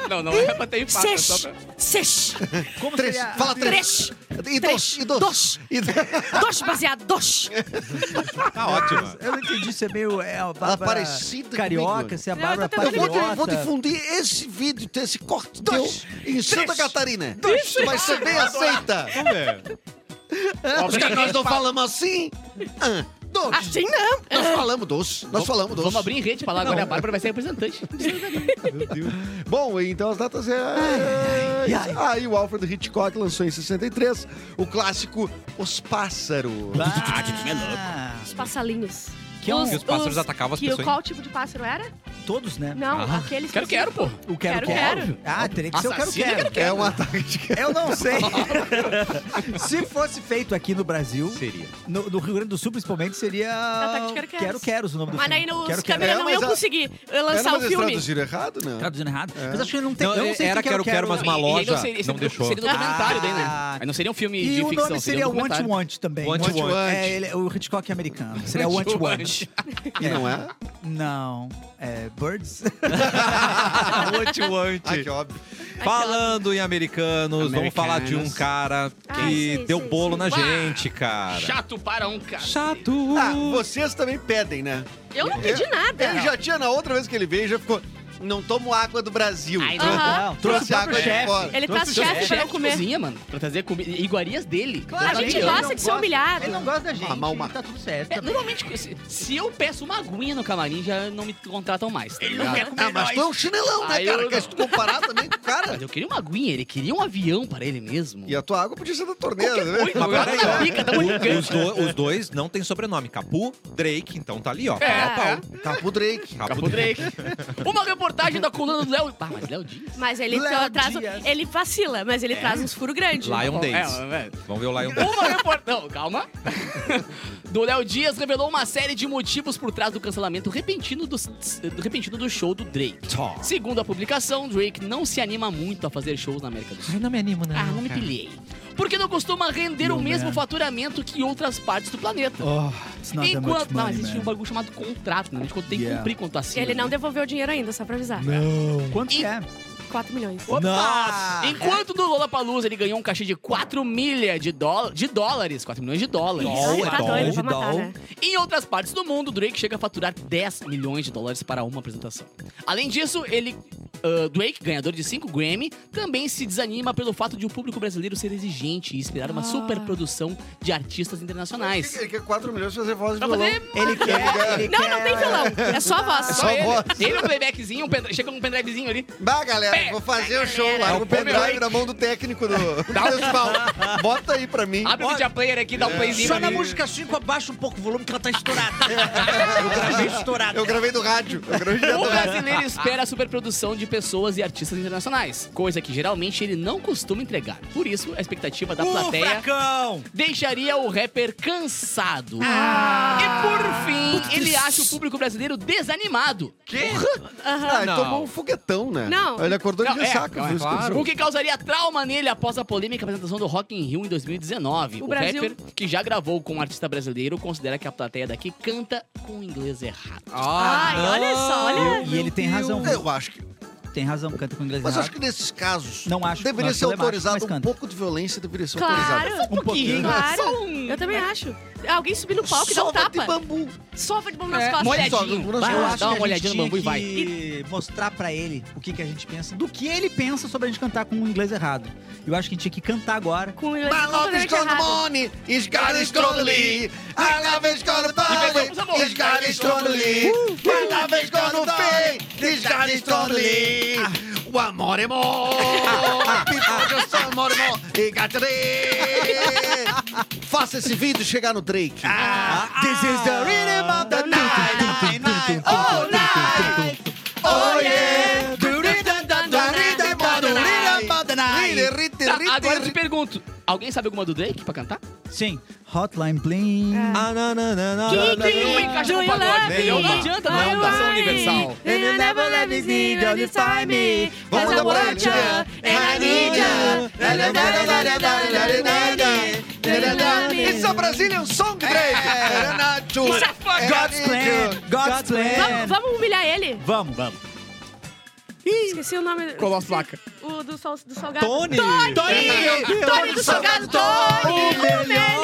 Não, não é pra ter impacto, é só
Sesh.
pra...
Sesh.
Como
Três.
seria...
Fala três.
Três.
E dois.
Três.
E dois. E dois.
Dois, baseado. Dois.
Tá ótimo.
Eu não entendi se é meio é a Bárbara
parecida
carioca,
comigo.
se é a
Não, eu tô
Bárbara
tentando
Eu vou,
Patriota.
eu vou
patriota.
difundir esse vídeo, esse corte teu em Santa Catarina.
Dois.
Isso vai ser bem aceita.
Vamos ver.
Os caras nós não falamos assim. Ah, dois.
Assim não.
Nós falamos doce. Nós falamos doce.
Vamos abrir em rede pra lá agora. A Bárbara vai ser representante.
Bom, então as datas é.
ai, ai.
Aí o Alfred Hitchcock lançou em 63 o clássico Os Pássaros.
Ah,
Os passalinhos.
Que é um-
Que os pássaros atacavam as
que-
pessoas.
Qual tipo de pássaro era?
todos, né?
Não, aqueles...
Quero,
que-
quero, pô.
O quero,
Quero,
quero. Ah, teria que ser o quero,
Assassino,
quero.
É um ataque de
Eu não sei. se fosse feito aqui no Brasil,
Seria.
no, no Rio Grande do Sul principalmente, seria...
Ataque de Quero-Queros.
Quero Queros o nome do
Mas
filme.
aí nos
Quero Queros.
câmeras
É,
não
mas
iam
a-
conseguir eh,
Era,
lançar o
mas eles
filme.
traduziram errado, né?
Traduzindo errado. Mas acho que ele não tem...
Não,
É. eu não sei
era
se tem
Quero Quero, mas
Quero.
uma
E- e
loja
seria-
não
seria-
deixou.
Seria documentário daí, né? Aí não seria um filme
E
de
o
ficção.
nome seria
um
Want
documentário.
Want também.
Want
Want
Want.
É, ele- o Hitchcock é americano. Seria Want Want.
E não é?
Não. É Birds?
Ah, que óbvio.
Falando em americanos, vamos
Americanos.
falar de um cara
Ah,
que
sim,
deu
sim,
bolo
sim.
na
Bah!
gente, cara.
Chato para um cara.
Chato.
Ah, vocês também pedem, né?
Eu não pedi nada.
Ele já tinha, na outra vez que ele veio, já ficou. Não tomo água do Brasil.
Ai,
não. Aham.
Não,
Trouxe
o próprio
água de
chefe.
fora.
Ele traz
Seu
chefe pra eu
Então, de
comer.
cozinha, mano. Pra trazer comida. Iguarias dele.
A gente
ele
gosta
não
de ser humilhado.
Ele não gosta da gente.
Ah, mal, mal.
Tá tudo certo.
É, normalmente, se, se eu peço uma aguinha no camarim, já não me contratam mais. tá ligado?
Ah, mas tu é um chinelão, né,
Aí
cara?
eu-
Quer se tu comparar também com o cara?
Mas eu queria uma aguinha, ele queria um avião para ele mesmo.
E a tua água podia ser da torneira, né?
Muito, agora
peraí,
tá
ó.
pica, tá muito
O- os, do- os dois não tem sobrenome. Capu, Drake, então tá
É.
ali, ó. Pau a pau.
Capo Drake.
Capo Drake. Uma reportagem da coluna do Léo. Ah, mas Léo Dias.
Mas ele
Léo
tra- traz.
Dias.
Ele vacila, mas ele traz uns furos grandes.
Lion
É,
Days.
é, é.
Vamos ver o Lion Days.
Uma reportagem. Não, calma. Do Léo Dias revelou uma série de motivos por trás do cancelamento repentino do, do repentino do show do Drake.
Tá.
Segundo a publicação, Drake não se anima muito a fazer shows na América do Sul.
Ai, não me animo, não.
Ah, não me pilhei. Porque não costuma render o mesmo faturamento que outras partes do planeta.
Oh, it's not that much
Enquanto. Não,
money,
existe
man.
um bagulho chamado contrato, né? A gente tem que
Yeah.
cumprir quanto assim.
Ele não devolveu o dinheiro ainda, só pra avisar.
Quanto que é?
4 milhões.
Opa!
Nossa!
Enquanto no Lollapalooza ele ganhou um cachê de 4 milha de, dó- de dólares, 4 milhões de dólares.
Dólar,
tá
dólar,
doido, vai matar,
dólar.
né?
Em outras partes do mundo, Drake chega a faturar 10 milhões de dólares para uma apresentação. Além disso, ele, ah, Drake, ganhador de 5 Grammy, também se desanima pelo fato de o público brasileiro ser exigente e esperar uma
Ah.
superprodução de artistas
Mas
internacionais.
Ele quer 4 milhões pra fazer voz de
Pra
violão.
poder
Ele quer. Ele
Não,
quer...
não tem violão. É só a voz.
Só
ele.
voz.
Ele, um playbackzinho, um pendri- chega com um pendrivezinho ali.
Bah, galera, vou fazer o show lá.
É
com
o
o pendrive
Pomerode.
na mão do técnico do do festival. Bota aí pra mim.
um Abre o media player aqui,
É.
dá um playzinho.
Só na
ali.
música 5 abaixa um pouco o volume que ela tá estourada. Eu gravei estourada.
Eu gravei do rádio. Eu gravei direto
O
do rádio.
brasileiro espera a superprodução de pessoas e artistas internacionais, coisa que geralmente ele não costuma entregar. Por isso, a expectativa
Um
da
Uh,
plateia
fracão!
deixaria o rapper cansado. E por fim, ele acha o público brasileiro desanimado.
Ah, ele tomou um foguetão, né?
Não,
Olha acordou de
Não, é,
ressaca.
não,
por
é
isso que eu
claro.
sou-
O que causaria trauma nele após a polêmica apresentação do Rock in Rio em 2019.
O
O,
Brasil-
rapper, que já gravou com um artista brasileiro, considera que a plateia daqui canta com o inglês errado.
Ah,
Ai, olha só,
Ah,
olha.
E ele tem razão.
Eu acho que.
Tem razão, canta com inglês
Mas eu acho
errado.
que nesses casos.
Não acho,
Deveria
não acho
ser
problemático, mas
autorizado um
canta.
pouco de violência, deveria ser autorizado.
Claro.
Um pouquinho.
Claro.
Só um-
Eu também acho. Alguém subir no palco e dar um
Sova de
tapa.
bambu.
Sova de bom nas costas.
Molhadinho.
Só-
Bah,
Eu
eu
acho
acho
dá
que
uma
a
olhadinha
gente
no bambu e vai.
tinha que mostrar pra ele o que, que a gente pensa, do que ele pensa sobre a gente cantar com o inglês errado. Eu acho que a gente tinha que cantar agora.
Com o
My love is
completamente
gone
errado.
money, it's got it strongly. My love is gone
Inventou,
money,
por favor.
it's got it strongly. My love is gone pay, it's got it strongly. One more and more, people just want more and more, it got it. Faça esse vídeo chegar no Drake.
This is the rhythm of the night, night, night, all night.
Oh yeah.
Do rhythm, da, da, rhythm of the rhythm of the night.
Rite,
Tá,
rite,
agora eu te
rite.
pergunto, alguém sabe alguma do Drake pra cantar?
Sim, Hotline Bling.
Ah, não, não, não, não.
Que
não, não.
que-
Não encaixa
do
no
you
pagode,
love
né? Não
me?
adianta, não é
I
uma canção
worry.
universal.
And you never let me see, don't you find me.
Vamos
'Cause
dar
I
pra
want
ele,
you,
né?
and I need you.
Esse é o Brazilian Song É Drake. É
God's Plan, God's
Vamos-
Plan.
Vamos humilhar ele?
Vamos, vamos.
Esqueci o nome.
Qual a placa?
O do, sol, do Salgado.
Tony!
Tony! Tony do Salgado, Tony, o melhor!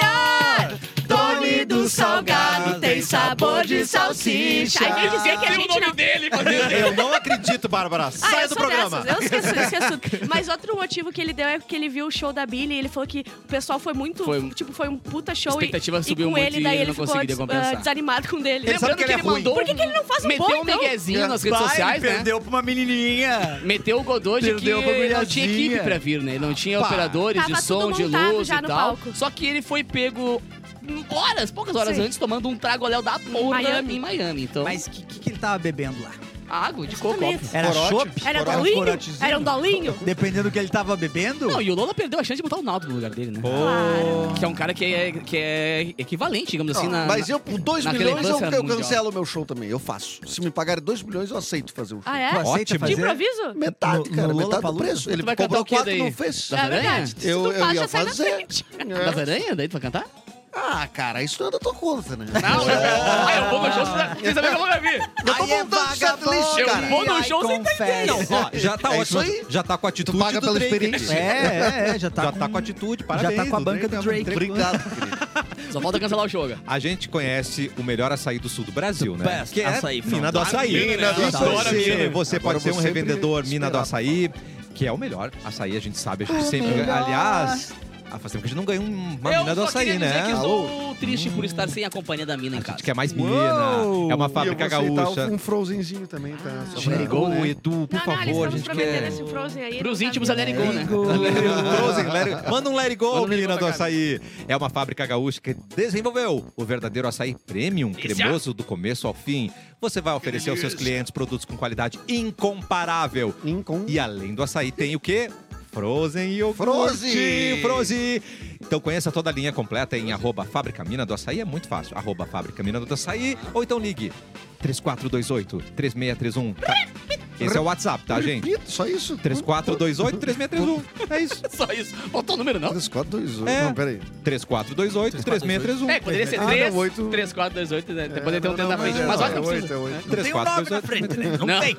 Tony do Salgado tem sabor de salsicha. Aí vem dizer que a gente não...
dele,
Eu não acredito, Bárbara.
Ah,
Sai
eu
do
sou
programa.
dessas, eu esqueço, eu esqueço. Mas outro motivo que ele deu é porque ele viu o show da Billy e ele falou que o pessoal foi muito,
Foi um-
tipo, foi um puta show. e-
Expectativa
e,
subiu
com
muito
ele,
e
daí
ele
ele
não
ficou
conseguiu
des-
compensar.
ah, desanimado com o
Ele
dele.
sabe que
Lembrando que
ele é
ele
ruim.
mandou...
Por que que ele não faz um
Meteu
bom,
um
então?
miguezinho nas redes
Vai,
sociais, né?
Perdeu pra uma menininha.
Então.
Meteu o Godô de que
Perdeu pra
não tinha
guriazinha.
equipe pra vir, né? Não tinha
Pá.
operadores
Tava
de som,
tudo
de
montado
luz
já
e
no
tal.
palco.
Só que ele foi pego hum, horas, poucas horas
Sim.
antes, tomando um tragoléu da porra
Miami.
em Miami. Então,
Mas o que, que, que ele tava bebendo lá?
água de coco,
Exatamente.
óbvio.
Era
Corote?
chopp?
Era
um
dolinho?
corotezinho?
Era um dolinho?
Dependendo do que ele tava bebendo?
Não, e o Lola perdeu a chance de botar o Naldo no lugar dele, né? Que é um cara que é, que é equivalente, digamos assim, na...
Mas
na-
eu, por 2
na
milhões, eu,
relevância
eu
mundial.
cancelo o meu show também. Eu faço. Se me pagarem 2 milhões, eu aceito fazer o show.
Ah, é?
Tu aceita
Ótimo.
De
fazer?
improviso?
Metade,
No- no
cara. metade do
Lollapalooza?
preço. Ele
Tu vai
cobrou
cantar o quê
4
daí?
não fez.
Da
É verdade. Se
Eu-
tu
eu
faz,
ia
já sai na
fazer. É.
frente.
Das aranhas, daí tu vai cantar?
Ah, cara, isso não é da tua conta, né?
Não, ah, eu vou no show, vocês sabem que eu nunca vi.
Eu tô
Aí é
montando setlist,
vagabundo,
Eu
cara.
vou no
ai,
show sem
confere.
Não, ó, já tá
É
ótimo.
isso aí.
Já tá com a atitude
paga
do
pela
Drake.
experiência.
É, é, já tá
Já
com...
tá com a atitude,
tá
parabéns.
com a
o
banca do
é um
Drake.
Obrigado, querido.
Só falta cancelar o show, cara.
A gente conhece o melhor açaí do sul do Brasil, né?
best
que é
açaí from
Mina do
Darwin.
Açaí.
Mina do
E
Açaí.
você,
Adoro
você,
Mina.
pode
Agora
ser um
vou sempre
revendedor Mina do
esperar.
Açaí, que é o melhor. Açaí a gente sabe, a gente sempre... Aliás, ah, faz tempo que a gente não ganhou uma Mina do
só queria
Açaí,
dizer
né?
que eu
Alô?
estou triste por estar sem a companhia da mina em
A gente
casa.
quer é mais Mina.
Uou!
É uma
E eu vou
fábrica
aceitar
gaúcha.
um frozenzinho também, tá? Só pra-
Gente,
Ligou,
né?
Edu, por
não,
favor,
não, eles
a
estavam
gente
prometendo
quer...
esse Frozen aí.
Pros
não tá
íntimos, a
vindo.
Let It Go, né?
Frozen, let it- Manda um let it go,
Manda um let it
menina
go
do
pra cá.
açaí. É uma fábrica gaúcha que desenvolveu o verdadeiro açaí premium, cremoso do começo ao fim. Você vai oferecer aos seus clientes produtos com qualidade incomparável.
Incom-
E além do açaí, tem o quê? Frozen e iogurte.
Frozen!
Frozen! Então conheça toda a linha completa em arroba Fábrica Mina do Açaí. É muito fácil. Arroba Fábrica Mina do Açaí. Ou então ligue 3428-3631. Tá? Esse é o WhatsApp, tá, gente?
Repito, só isso.
3428-3631. É isso.
Só isso. Botou o número, não?
3428.
É.
Não, peraí.
3428 3631.
É, poderia ser
Ah,
3,
não, oito.
3, 4, 2, 8, né?
É,
Poderia ter um
não,
3 na
não,
frente.
não,
Mas olha que
é
não
oito,
precisa.
é
Ah,
oito.
Não tem um nome na frente, né? Não,
Não.
tem.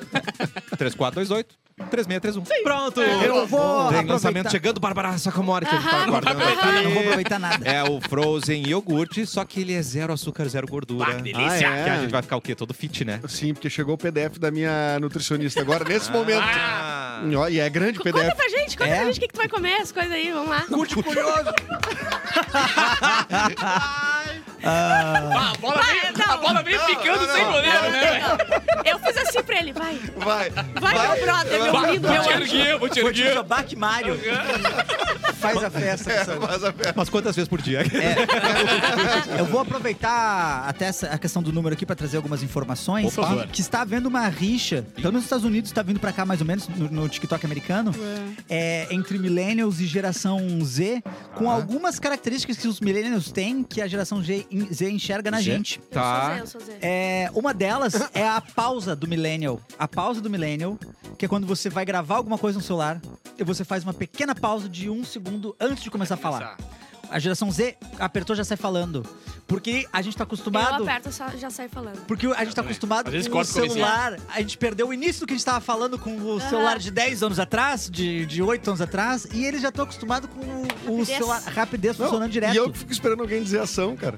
3428 3631. Pronto!
Eu vou
Tem
aproveitar.
lançamento chegando, Bárbara Sacomori, que a gente tá aguardando
Ah, não vou
aqui.
aproveitar nada.
É o Frozen iogurte, só que ele é zero açúcar, zero gordura.
Ah, que delícia.
Ah,
Que a gente
é.
vai ficar o quê? Todo fit, né?
Sim, porque chegou o PDF da minha nutricionista agora, nesse momento.
Ah.
Ó, E é grande o
Co- Conta
PDF.
pra gente, conta
É?
pra gente o que, que tu vai comer, as coisas aí, vamos lá.
Ah, a bola vem, a bola vem ficando sem goleiro, né?
Eu fiz assim pra ele, vai.
Vai.
Vai, meu brother, meu lindo, meu anjo.
erguer, vou te
Vou te jogar Bach Mario.
Faz a festa.
É,
Cassandra.
Mas a festa.
Mas quantas vezes por dia?
Eu vou aproveitar até essa, a questão do número aqui para trazer algumas informações.
Opa.
Que, que está havendo uma rixa, pelo menos nos Estados Unidos está vindo para cá mais ou menos, no, no TikTok americano, é, entre millennials e geração Z, com algumas características que os millennials têm que a geração G- Z enxerga na
Z?
gente.
Tá.
Eu sou Zé, eu sou Zé.
É, uma delas é a pausa do millennial. A pausa do millennial, que é quando você vai gravar alguma coisa no celular e você faz uma pequena pausa de um segundo antes de começar a falar. A geração Z apertou já sai falando. Porque a gente tá
Eu
acostumado.
aperto, só- já sai falando.
Porque a gente tá acostumado
Às vezes
com o
corta o comecinho.
celular. A gente perdeu o início do que a gente tava falando com o
Aham.
celular de 10 anos atrás, de, de 8 anos atrás, e eles já estão acostumados com o- o,
Rapidez.
celular rapidez
Não,
funcionando direto.
E eu que fico esperando alguém dizer ação, cara.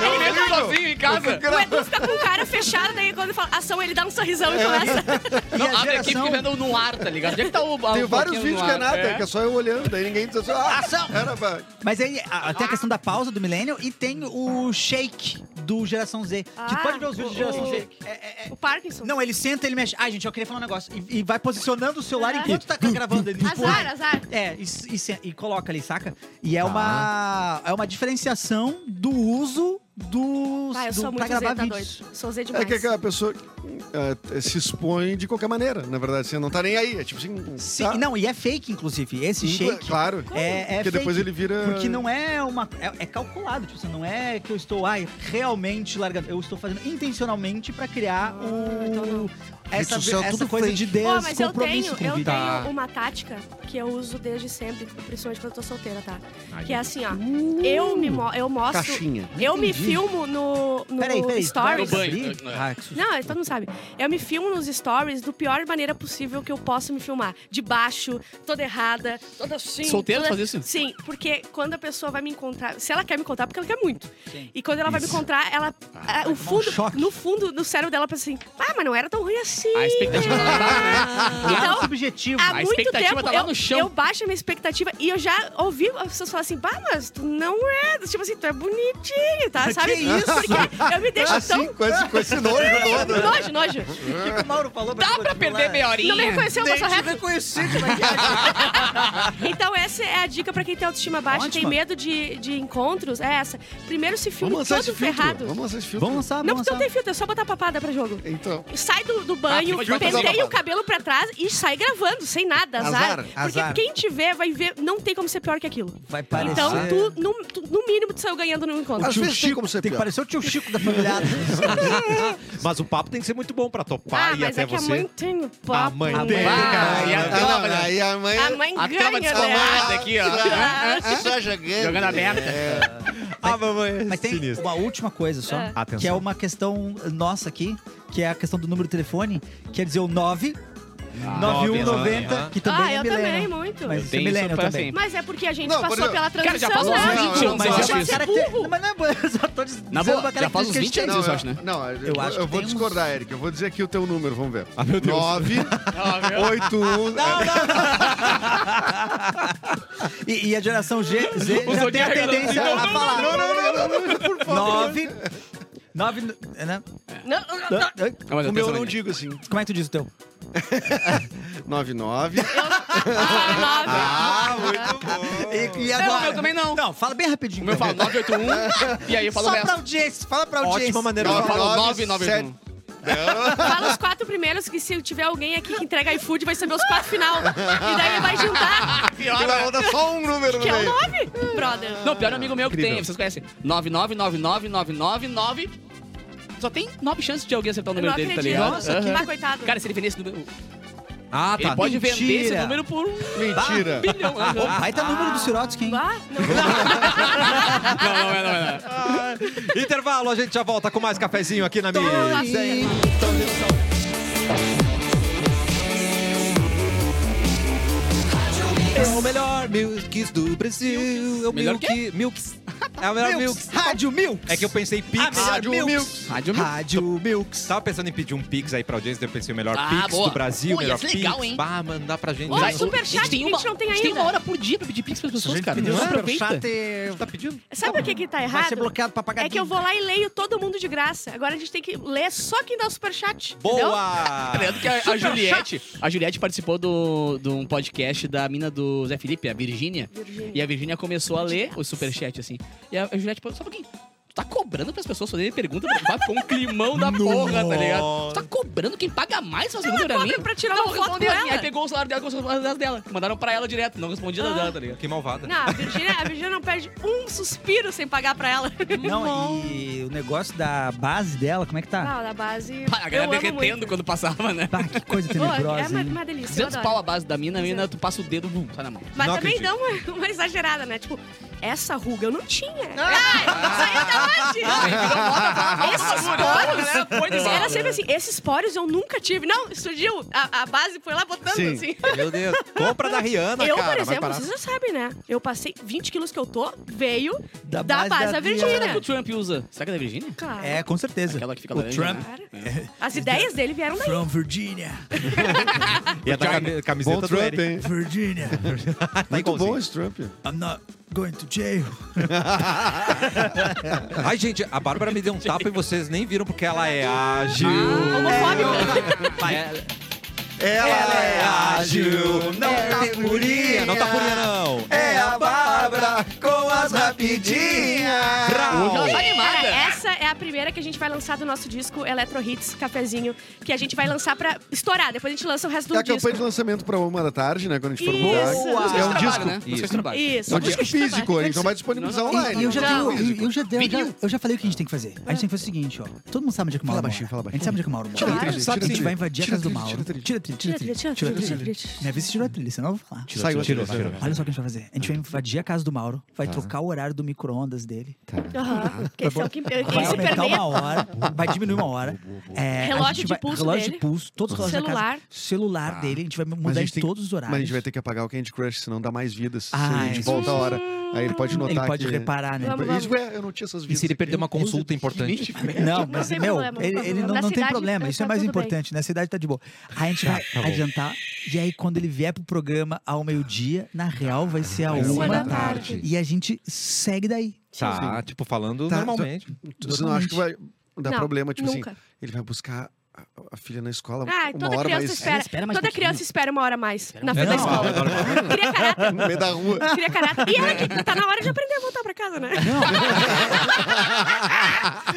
Ele mesmo sozinho em casa.
O Edu fica com o cara fechado, daí quando fala ação, ele dá um sorrisão e começa.
E
Não,
a
abre aqui
geração-
porque vendo no ar, tá ligado? Onde é que tá o
Tem vários vídeos que é nada, que é só eu olhando, daí ninguém diz assim, ah, ação! Era pra...
Mas aí a- tem a questão da pausa do millennial e tem o shake do geração Z.
Ah,
que pode ver os vídeos do
o-
geração Z.
o-
É, é, é.
O Parkinson.
Não, ele senta, ele mexe. Ai, gente, eu queria falar um negócio. E, e vai posicionando o celular
Aham.
enquanto tá gravando. Ele
Azar, azar.
É, e, se- e se- e coloca ali, saca? E é uma, é uma diferenciação do uso do,
Ah, eu
do pra
sou muito
gravar
Zé, tá
vídeos.
doido. Sou Zé
É
demais.
que aquela pessoa ah, se expõe de qualquer maneira, na verdade. Você não tá nem aí. É tipo assim.
Sim,
tá.
Não, e é fake, inclusive. Esse shake.
Claro.
É, é
Porque depois
fake.
ele vira.
Porque não é uma. É, é calculado, tipo, assim, não é que eu estou, ai, realmente largando. Eu estou fazendo intencionalmente pra criar o.
então não.
Essa,
Rede social é
essa
tudo
coisa
fake.
de
Ó, mas eu tenho,
descompromisso com o
eu
vídeo.
tenho uma tática que eu uso desde sempre, principalmente quando eu tô solteira, tá?
Aí.
Que é assim, ó. Eu me mo- eu mostro.
Caixinha.
Eu me
Uh, Entendi.
filmo no, no
Peraí, peraí.
um stories.
vai
No banho.
abrir? Ah, que susto.
Não, é, todo mundo sabe. Eu me filmo nos stories do pior maneira possível que eu posso me filmar. De baixo, toda errada, toda assim.
Solteiro
toda...
fazer isso?
Sim, porque quando a pessoa vai me encontrar, se ela quer me encontrar, porque ela quer muito. E quando ela vai me encontrar, ela. ah,
um
o fundo, no fundo do cérebro dela pensa assim: ah, mas não era tão ruim assim.
Ah,
A expectativa tá lá, né?
Lado
Então,
subjetivo.
Há
A
muito
expectativa
tempo
tá lá
eu,
no chão.
eu baixo a minha expectativa e eu já ouvi as pessoas falarem assim, bah, mas tu não é. Tipo assim, tu é bonitinho, tá? Sabe? isso? Porque eu me deixo
Assim,
tão.
com esse, com esse nojo todo. né?
Nojo, nojo.
o Mauro falou
Dá pra perder
é.
meia horinha?
Não me reconheceu, passou reto.
reconheci.
Então, essa é a dica pra quem tem autoestima baixa e tem
Ótima.
medo de, de encontros. É essa. Primeiro se filme
Vamos lançar
todo
esse filtro.
ferrado.
Vamos lançar esse filtro.
Vamos lançar,
Não,
vamos
porque não
lançar.
tem filtro, é só botar papada pra jogo.
Então.
Sai do, do banho,
Ah,
ah,
filma de
botar
penteia
papada.
o cabelo pra trás e sai gravando, sem nada, azar.
Azar,
Porque
azar.
quem te ver vai ver, não tem como ser pior que aquilo.
Vai parecer.
Então, tu, no, tu- no mínimo, tu saiu ganhando no encontro.
Às
Tio
vezes tem
Chico,
como ser
tem que
pior.
parecer o tio Chico da família.
Mas o papo tem que ser muito bom pra topar
Ah,
e
mas
até
é que a
você.
mãe tem no papo.
A mãe
A
tem,
mãe-
cara.
Ah, e a
Ah,
tropa,
não,
né?
aí a mãe.
A mãe
A
é ganha,
tropa
né?
descamada aqui, ó.
Só jogando.
Jogando aberta.
É.
Ah, mamãe.
Mas tem
Sinistro.
uma última coisa só,
É.
Atenção.
que é uma questão nossa aqui, que é a questão do número de telefone, quer dizer o 9, 9190,
aham.
que também
Ah,
é
eu também,
milênio.
muito.
Eu
Mas isso é
tenho isso
milênio
pra
também.
sempre.
Mas é porque a gente
Não, por
passou
exemplo-
pela
Cara, já
transição,
passou uns
né?
20 anos,
Mas é
eu acho
uma
isso.
característica. Mas não é eu só tô dizendo
Na boa,
uma
já faz uns
característica
20
que a gente
anos, eu acho, né?
Não, eu, eu
acho que
vou
tem uns-
discordar, Eric. Eu vou dizer aqui o teu número, vamos ver. um,
Ah, meu Deus.
9, 8, 1.
E, e a geração G, Z
Os
já tem a
olhos
tendência
arregalados.
a falar.
Não, não, não, não, não, por favor.
9. 9. Né?
Não, não, tá, não.
Não, mas
O
atenção
meu eu
aí.
não digo assim.
Como é que tu diz o teu?
9, 9.
Ah, nove.
Ah, muito bom.
E, e
Não, o meu também não.
Não, fala bem rapidinho. então.
O meu eu falo 981 e aí eu falo
Só
o
pra
resto.
audiência, fala pra audiência.
Ótima maneira de
Eu
falar.
falo
Nove,
991.
Fala os quatro primeiros, que se tiver alguém aqui que entrega iFood, vai saber os quatro final. E daí vai juntar,
Tu vai botar só um número no
que é o
meio.
nove, brother.
Não, o pior amigo meu que
Incrível.
tem, vocês conhecem. 9999999. Só tem 9 chances de alguém acertar o
Eu não
número dele,
acredito.
tá ligado?
Nossa,
Aham.
mas coitado.
Cara, se ele vender esse número.
Ah,
Ele
tá.
pode vender esse
Mentira.
número por um
Mentira.
bilhão. né?
Ô, Vai tá o número do Sirotsky, hein?
Ah, não.
Não, não é, não é. Não é.
Intervalo, a gente já volta com mais cafezinho aqui na minha. É o melhor milks do Brasil. É o
Melhor
milk. É Milks. É o
Tá
melhor Milks.
Rádio Milks.
É que eu pensei Pix.
Rádio Milks.
Rádio Mix.
Rádio Milks.
Tava pensando em pedir um Pix aí pra audiência, daí eu pensei o melhor
Ah,
Pix
boa.
do Brasil,
Pô, ia
melhor
ser
Pix.
legal, hein?
Bah, mandar pra gente.
Ó,
Não,
Mas
não
superchat que a gente não tem
A gente tem
ainda.
uma hora por dia pra pedir pix pras pessoas, cara.
é?
pediu
um
Não
superchat
aproveita.
e-
tá pedindo?
Sabe por que que tá
Vai
errado?
ser bloqueado pra pagar
É que eu
dívida.
vou lá e leio todo mundo de graça. Agora a gente tem que ler só quem dá o superchat. entendeu?
Boa!
Tá ligado que a, a Juliette, a Juliette participou de do, do um podcast da mina do Zé Felipe, a Virgínia.
Virgínia.
E a Virgínia começou a ler o superchat, assim. E a a Juliette falou, só um pouquinho. Tu tá cobrando pras pessoas fazerem pergunta pra vai pôr um climão da porra, tá ligado? Tu tá cobrando quem paga mais faz pergunta pra mim?
cobra pra tirar
não,
uma foto
respondeu
com
assim.
ela.
Aí pegou o celular dela, com o celular dela. Mandaram pra ela direto, não respondia da dela, tá ligado?
Que malvada.
Não, a Virgínia, a Virgínia não perde um suspiro sem pagar pra ela.
Não, e o negócio da base dela, como é que tá?
um Ah, da base.
Pá, A galera
eu amo
derretendo
muito.
quando passava, né?
Bah, que coisa
Pô, é
tenebrosa.
uma,
hein?
uma delícia. eu
200
adoro.
pau a base da mina, a mina, tu passa o dedo, vum, sai na mão.
Mas
Não
também dá uma, uma exagerada, né? Tipo, essa ruga eu não tinha. Ah, saiu
Ah,
é da onde? Esses poros. Era sempre assim, esses poros eu nunca tive. Não, surgiu, a, a base foi lá botando
Sim.
assim.
Meu Deus. Compra da Rihanna,
eu,
cara.
por
vai
exemplo,
parar.
vocês já sabem, né? Eu passei 20 quilos que eu tô, veio
Da
da,
base da
base, da,
Será que o
Virgínia.
Trump usa? Será que é da Virgínia?
Claro.
É, com certeza.
Aquela que fica
O
laranja,
Trump-
né?
As ideias dele vieram daí.
From Virginia.
E a da cami- camiseta
Bom
do
Trump,
Eric.
hein?
Virginia.
Muito
igualzinho.
bom esse Trump.
I'm not going to jail.
Ai, gente, a Bárbara me deu um tapa e vocês nem viram porque ela é ágil.
É,
Ela
é
é
tá purinha. Não tá purinha, não.
É a Bárbara com as rapidinhas.
Brau.
Ela tá
Cara,
animada.
essa é a primeira que a gente vai lançar do nosso disco Electro Hits Cafezinho, que a gente vai lançar pra estourar. Depois a gente lança o resto
É a
do disco.
campanha de lançamento pra uma da tarde, né? Quando a gente for mudar.
Isso.
É um disco.
né? Música de
Isso.
trabalho.
Isso.
É um disco
tá
físico, a gente não vai disponibilizar
E-
online.
E eu já,
Não.
tenho- então, eu, eu já, dei- eu já-
Vinil.
eu já falei o que a gente tem que fazer. A gente tem que fazer o seguinte, ó. Todo mundo sabe onde é que o Mauro
Fala
mora.
baixinho, fala
A gente
baixinho.
sabe onde é que o Mauro mora.
Tira a trilha,
Sabe
tira
que
a
a gente
trilha.
vai invadir a
Tira a
casa do
trilha,
Mauro.
tira a trilha.
Tira a trilha, tira a trilha,
Tira a trilha,
tira a
tira a
trilha.
trilha.
Minha vez você tirou a trilha, senão eu vou falar.
Saiu a
Tirou,
trilha.
tirou.
Olha só o que a gente vai fazer. A
É
gente vai invadir a casa do Mauro, vai
Tá.
trocar o horário do micro-ondas dele,
Tá. Aham. Esse é o que
vai
esse
aumentar
permeia
uma hora, vai diminuir uma hora. É, a
Relógio
gente
de
vai-
pulso
Relógio
dele.
de pulso, todos os relógios da
Celular.
casa. Celular dele, a gente vai
Tá. Mas a
mudar
gente
de
tem-
todos os horários.
Mas a gente vai ter que apagar o Candy Crush, senão dá mais vidas.
Ah,
se a gente
isso.
volta a hora. Aí ele pode notar
Ele pode
que...
reparar, né?
Vamos,
Isso, ué, eu não tinha essas
E
vidas.
se ele
aqui.
perder uma consulta importante?
Não,
Não
mas,
tem
meu,
problema, não
ele,
tem
ele não,
problema.
não
Na
tem
cidade,
problema. Isso é
tá
mais
tudo
importante, né? A cidade tá de boa. A gente vai
tá bom.
adiantar. E aí, quando ele vier pro programa ao meio-dia, na real vai ser a
Vai ser
uma
uma
da
da tarde.
tarde. E a gente segue daí.
Tá, tipo, falando
Tá,
normalmente.
Você não acha que vai dar
Não,
problema? Tipo
nunca.
assim, ele vai buscar a, a filha na escola uma
Ai, Ah, toda
hora
criança
mais...
espera.
Espera mais um
toda
pouquinho.
criança espera uma hora a mais na
É
fila da
normal,
escola.
é normal.
Cria caráter.
No meio da rua.
Cria caráter. E ela que tá na hora de aprender a voltar pra casa, né?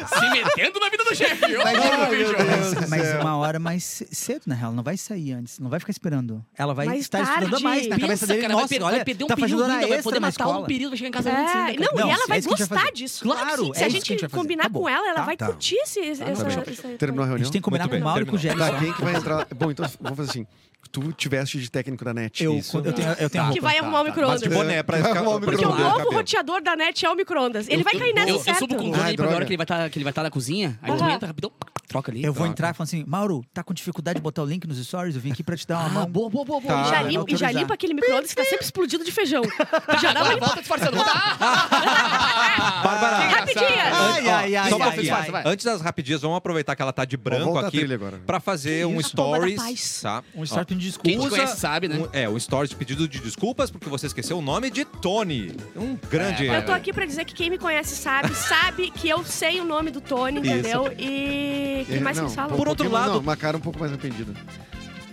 Se metendo na vida do chefe. Ô, bicho.
Mas, mas uma hora mais ce- cedo, na real. Não vai sair antes. Não vai ficar esperando. Ela vai
Mais
estar estudando a
tarde.
mais na
Pensa,
cabeça dele.
cara, vai
Nossa,
per-
olha,
vai perder um
tá
período
fazendo hora
ainda, vai
extra
poder
na
matar
escola.
um período, vai chegar em casa antes ainda,
É,
cara.
não,
Não,
e ela
é
vai
isso que a gente vai
gostar
fazer.
disso.
Claro,
Claro que sim.
é isso que
Se a
a gente
gente
vai fazer.
combinar
Acabou.
com ela, ela
Tá,
vai
tá.
curtir esse. esse-
tá
essa-
bom.
essa-
Terminou a
A
reunião?
gente tem que combinar
Muito
com o
bem,
Mauro e com o
terminou.
Gelli.
Tá, quem que vai entrar? Bom, então vamos fazer assim. Tu tiveste de técnico da NET.
Eu, eu tenho, eu tenho a
Tá. Que
roupa.
vai arrumar
Mas
o
de
micro-ondas.
boné pra ficar...
Arrumar o
pra
Porque o
esconder
micro-ondas.
novo
cabelo.
roteador da net é o micro-ondas. Ele vai cair
eu,
nessa
eu, eu
certo.
subo com o drone
Ai,
aí pra
droga.
hora que ele vai estar que ele vai tá na cozinha. Aí tu
Aham.
entra rapidão, troca ali.
Eu
Tá.
vou entrar e falar assim, Mauro, tá com dificuldade de botar o link nos stories? Eu vim aqui pra te dar uma
Ah,
mão.
boa, boa, boa, boa.
E
vai
já, limpa, e já
autorizar.
limpa aquele micro-ondas que tá sempre explodido de feijão.
Tá.
Já dá uma volta disfarçando. Tá. Volta.
Bárbara,
Rapidinha!
Ai, ai, ai,
Só pra
ai,
fechar,
ai.
vai. Antes das rapidinhas, vamos aproveitar que ela tá de branco
voltar a
aqui
trilha agora.
pra fazer um
isso? A pomba da
stories,
paz.
tá?
Um story pedindo
Quem
desculpa.
te conhece sabe, né?
Um- é, um stories de pedido de desculpas porque você esqueceu o nome de Tony. Um grande
Eu tô aqui pra dizer que quem me conhece sabe, sabe que eu sei o nome do Tony,
Isso.
entendeu? E. Quem mais
não,
que fala?
um
Por outro
pouquinho-
lado-
Não, uma cara um pouco mais arrependida.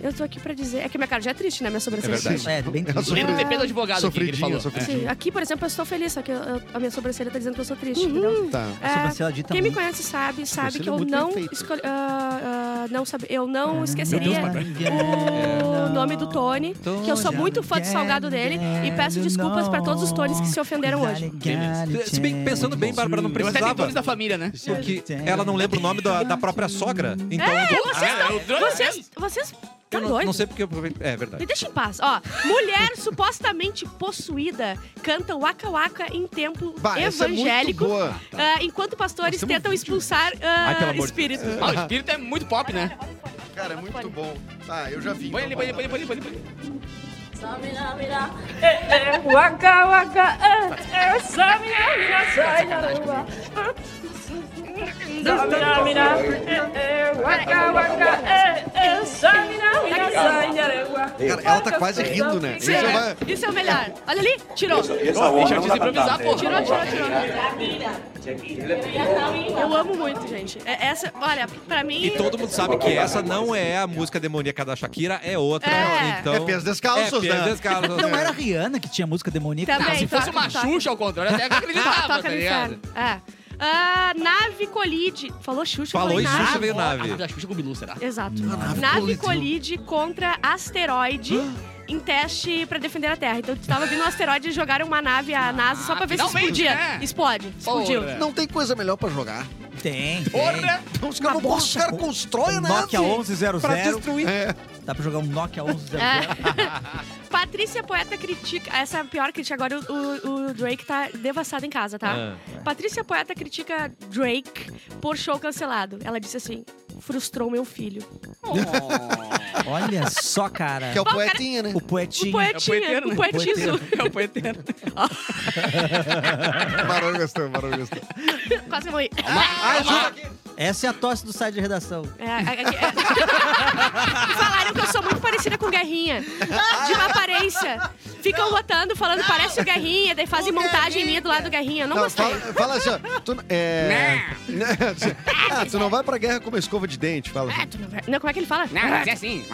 Eu tô aqui pra dizer. É que minha cara já é triste, né? Minha sobrancelha
É verdade.
É, bem
Ela
triste.
Lembra o
sofreu.
TP do advogado aqui que ele
Sofridinha,
falou.
sofridinha.
Sim, aqui, por exemplo, eu estou feliz, só que eu- eu- a minha sobrancelha tá dizendo que eu sou triste, entendeu? É,
Tá.
A sobrancelha dita
Quem me
muito.
conhece sabe, sabe
Sobrancelha
que eu
muito
não
perfeita.
escolhi. ah, ah, não sabe, eu não esqueceria
Meu Deus, Maria.
o nome do Tony, que eu sou muito fã do salgado dele e peço desculpas pra todos os Tones que se ofenderam hoje.
Se bem que pensando bem, Bárbara, não
Eu até tenho todos
precisava.
da família, né?
Porque ela não lembra o nome da, da própria sogra. Então,
Ah, é o drone.
Vocês, vocês, tá
eu não,
doido?
não sei porque. eu- É verdade.
Me deixa em paz. Ó, mulher supostamente possuída canta Waka Waka em templo
Bah, essa é muito
evangélico,
boa.
ah, enquanto pastores
Nós temos
tentam expulsar
é
ah,
Ai, pelo amor de
espírito.
Ah, o espírito é muito pop, né?
Cara, é muito bom. Tá, eu já vi.
Põe ali, põe ali, põe ali, põe ali, põe ali.
Waka waka, eh,
Cara, ela tá quase rindo, né?
Isso,
Isso
é,
vai-
isso é o melhor. Olha ali, tirou.
Deixa eu desimprovisar, pô.
Tirou, tirou, tirou. Eu amo muito, gente. É- Essa, olha, pra mim.
E todo mundo sabe que essa não é a música demoníaca da Shakira, é outra.
É.
Então,
É pés descalços,
é pés
né?
descalços,
Não
né?
era a Rihanna que tinha música demoníaca?
Também,
Ah, se fosse
toca,
uma
toca.
Xuxa, ao contrário, até acreditava,
Toca
tá
no
ligado?
inferno. É. Ah, nave colide. Falou Xuxa, eu
Falou
falei
e
Tá nave.
Xuxa veio
A
nave.
da Xuxa com o Bilu, será?
Exato. Nave, colide contra asteroide
Ah.
em teste pra defender a Terra. Então, tava vindo um asteroide e jogaram uma nave, a NASA, só pra ver se
Ah, finalmente,
explodia.
né?
Explode, explodiu.
Porra.
é, Não tem coisa melhor pra jogar.
Tem.
Porra!
Então, Os caras não- os caras constroem, né?
um Nokia 1100.
Pra destruir. É.
Dá pra jogar um Nokia 1100.
É. Patrícia Poeta critica. Essa é a pior crítica. Agora o, o- o Drake tá devassado em casa, tá?
Ah.
Patrícia Poeta critica Drake por show cancelado. Ela disse assim: frustrou meu filho.
Olha só, cara.
Que é o poetinha, né?
É O
É.
né?
O
poetinho.
poetinha, o poetizo.
É o poeteiro.
Barulho gostou, barulho gostou.
Quase morri.
Essa é a tosse do site de redação.
É, é, é. Falaram que eu sou muito parecida com o Guerrinha. De uma aparência. Ficam botando, falando, parece o Guerrinha, daí fazem montagem minha do lado do Guerrinha. Eu Não,
Não,
gostei.
fala, fala assim, ó. Tu, é... ah, tu não vai pra guerra com uma escova de dente, fala assim.
Ah, tu não vai- Não, como é que ele fala?
Não, mas é assim.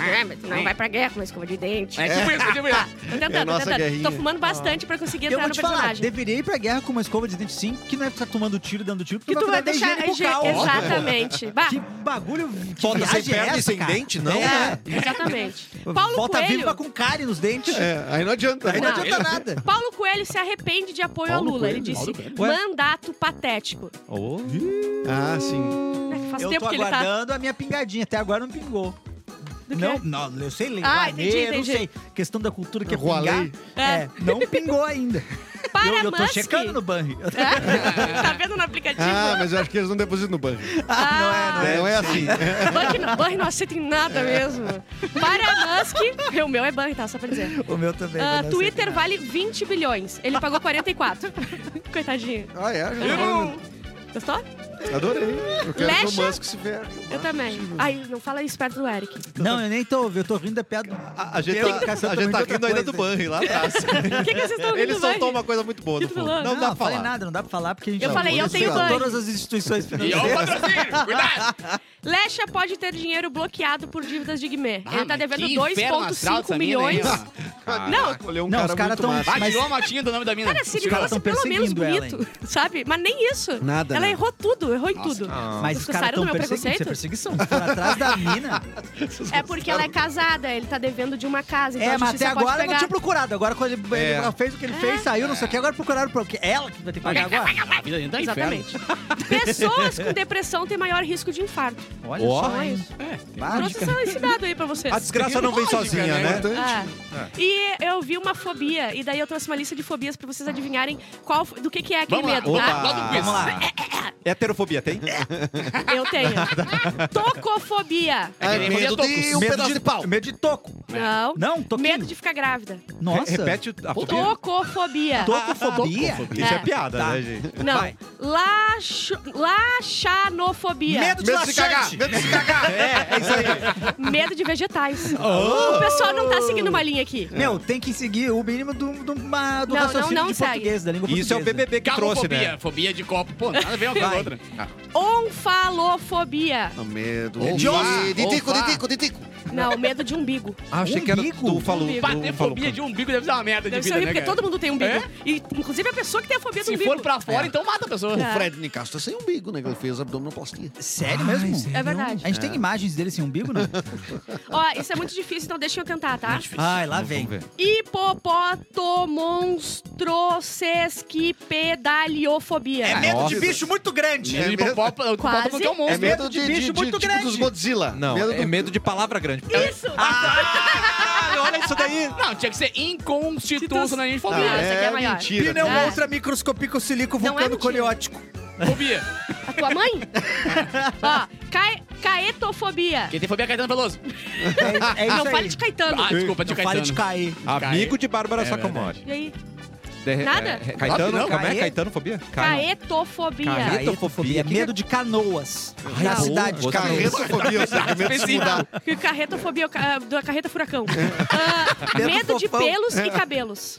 Tu não vai pra guerra com uma escova de dente.
É tipo isso, é tipo isso.
Tô tentando,
É a
tô
nossa
tentando.
guerrinha.
Tô fumando bastante pra conseguir
Eu
entrar
vou
no
te falar,
um personagem.
deveria ir pra guerra com uma escova de dente sim, que não é ficar tomando tiro, dando tiro, porque
Que
não
tu vai
dar
deixar.
higiene bucal.
higiene- Exatamente. Bah,
Que bagulho de
Foda sem
viagem é
perna e
essa,
sem
cara?
dente, não,
É.
né?
exatamente. Paulo
Volta
Coelho.
viva com cárie nos dentes.
É, aí não adianta.
Aí
né?
não
Não.
adianta nada.
Paulo Coelho se arrepende de apoio a Lula. ele disse:
Ué?
mandato patético.
Oh.
Ah, sim.
Né, Faz
Eu
tempo
tô
que ele tá.
aguardando a minha pingadinha. Até agora não pingou.
Do quê?
Não, não, eu sei ler.
Ah, entendi,
valer,
entendi.
Não sei. Questão da cultura que é
Rualei.
pingar. É. não pingou ainda.
Para
eu, eu tô
Musk.
checando né? no banho.
É? Tá vendo no aplicativo?
Ah, mas eu acho que eles não depositam no banco.
Ah,
Não é assim.
Bank, não- Bank não aceita em nada mesmo. Para Musk. O meu é Bank, tá? Só pra dizer.
O meu também.
Ah,
mas não sei.
Twitter vale 20 bilhões. Ele pagou 44. Coitadinho.
Ah, é? já
Gostou?
tô- Adorei. Eu quero que
Lecha.
o Musk se ferre.
Eu também. Ai, não fala isso perto do Eric.
Não, eu nem tô ouvindo, eu tô rindo da piada. Ah,
A, a gente
Eu
tá,
tô
a gente tá
caçando de outra
rindo ainda
coisa.
do banho lá atrás.
O que, que vocês estão
Ele
ouvindo,
soltou
Bank?
uma coisa muito boa
Que
no
tu
fundo.
falou?
Não,
não,
dá
não
pra
falei
falar.
nada, não dá pra falar porque a gente é assim,
Eu
já
falei,
falou.
eu tenho
São
banho.
todas as instituições
E ó, o
financeiras.
patrocínio, cuidado!
Lesha pode ter dinheiro bloqueado por dívidas de Guimê.
Ah,
Ele tá
mas
devendo
que inferno astral
2,5
essa mina aí,
milhões.
ó.
Não,
Olhou um
Não,
cara
os caras
muito
tão-
massa.
Vai,
Mas-
tirou a motinha do nome da mina.
Cara, se ele
Tirou.
tão
fosse pelo menos
perseguindo ela,
bonito, sabe? Mas nem isso.
Nada,
Ela
né?
errou tudo, errou em tudo.
Mas
Vocês
os caras
gostaram do
estão
meu
perseguindo. Isso é
preconceito?
perseguição. Se for atrás da mina.
É porque ela é casada, ele tá devendo de uma casa. Então
é,
a
mas até
justiça pode
agora não
pegar.
tinha procurado. Agora quando ele,
É.
ele fez o que ele fez, saiu, não sei o que, agora procuraram porque ela que vai ter que pagar agora.
A vida dentro da inferno.
Exatamente. Pessoas com depressão têm maior risco de infarto.
Olha
Ó.
só, hein?
É.
Ah,
Trouxe essa- esse dado aí pra vocês.
A desgraça não vem
Lógica,
sozinha,
né?
né?
Ah. E eu vi uma fobia, e daí eu trouxe uma lista de fobias pra vocês adivinharem qual, fo- do que, que é aquele
Vamos lá,
medo,
opa.
tá?
Lá do quiz.
Vamos lá.
É Heterofobia tem?
É
Eu tenho. Tocofobia.
É que
Ai,
nem
medo
fazia
de
tocos.
um pedaço de pau.
Medo de toco.
Não.
Não, toquinho.
Medo de ficar grávida.
Nossa. Ah,
Repete a fobia.
Tocofobia.
Tocofobia?
Isso é
É.
piada,
Tá.
né, gente?
Não.
Vai.
Laxo- Laxanofobia.
Medo de
Medo de cagar.
laxante.
Medo de cagar.
É, é isso aí.
Medo de vegetais.
Oh!
O pessoal não tá seguindo uma linha aqui.
Meu, tem que seguir o mínimo do, do, uma, do
Não,
raciocínio
não, não
de
segue.
português, da língua
Isso é o
portuguesa.
BBB que trouxe,
Carrofobia,
né?
fobia de copo. Pô, nada a ver uma com a outra.
Onfalofobia.
Medo
Ou
de...
vá,
De
ou
tico,
vá.
de tico, de tico.
Não, medo de umbigo.
Ah,
Um
achei que era tu falou. tu
Bater
falou,
fobia de umbigo um deve ser uma merda de
Deve ser
vida,
horrível,
né,
porque
cara?
todo mundo tem umbigo.
É?
E, inclusive a pessoa que tem a fobia do
Se
umbigo.
for pra fora, então mata a pessoa.
É.
Fred Nicastro sem umbigo, né? que Ele fez abdominoplastia.
Sério mesmo?
É verdade.
A gente tem imagens dele sem umbigo, não?
Ó, isso é muito difícil, então deixa eu tentar, tá?
Ai, lá vem.
Vamos ver.
Hipopotomonstrosesquipedaliofobia. Ah,
É medo de bicho muito grande.
Medo de
mesmo?
Tipo, hipopótamo, hipopótamo que é um
É
monstro.
medo de...
bicho
de- de-
muito
Tipo
grande.
dos Godzilla.
Não,
um
Medo
é
do-
medo de palavra grande.
Isso! Ah,
Caralho, olha isso daí.
Não, tinha que ser inconstitucionalmente
Ah,
Não,
fobia.
essa aqui é a
É
maior.
mentira.
Pneu-
né?
Ah.
microscopico silico
Não é mentira.
Fobia.
A tua mãe? Ó, cae- caetofobia.
Quem tem fobia é Caetano Veloso.
É, é isso
Não
aí.
fale de Caetano.
Ah, desculpa, tio
É
Não fale
Caetano.
de cair. É
Amigo de Bárbara Sacomori.
E aí?
De-
Nada?
é, Caetano,
não.
como é?
Cae-
Caetanofobia? Cae-
Caetofobia.
Cae- Caetofobia.
Medo de canoas.
Ai,
na
boa,
cidade de
boa também.
canoas.
Carretofobia, os segmentos
Específico.
mudaram.
Que carretofobia, o ca- da carreta furacão. Ah,
Medo
medo de
fofão.
pelos e cabelos.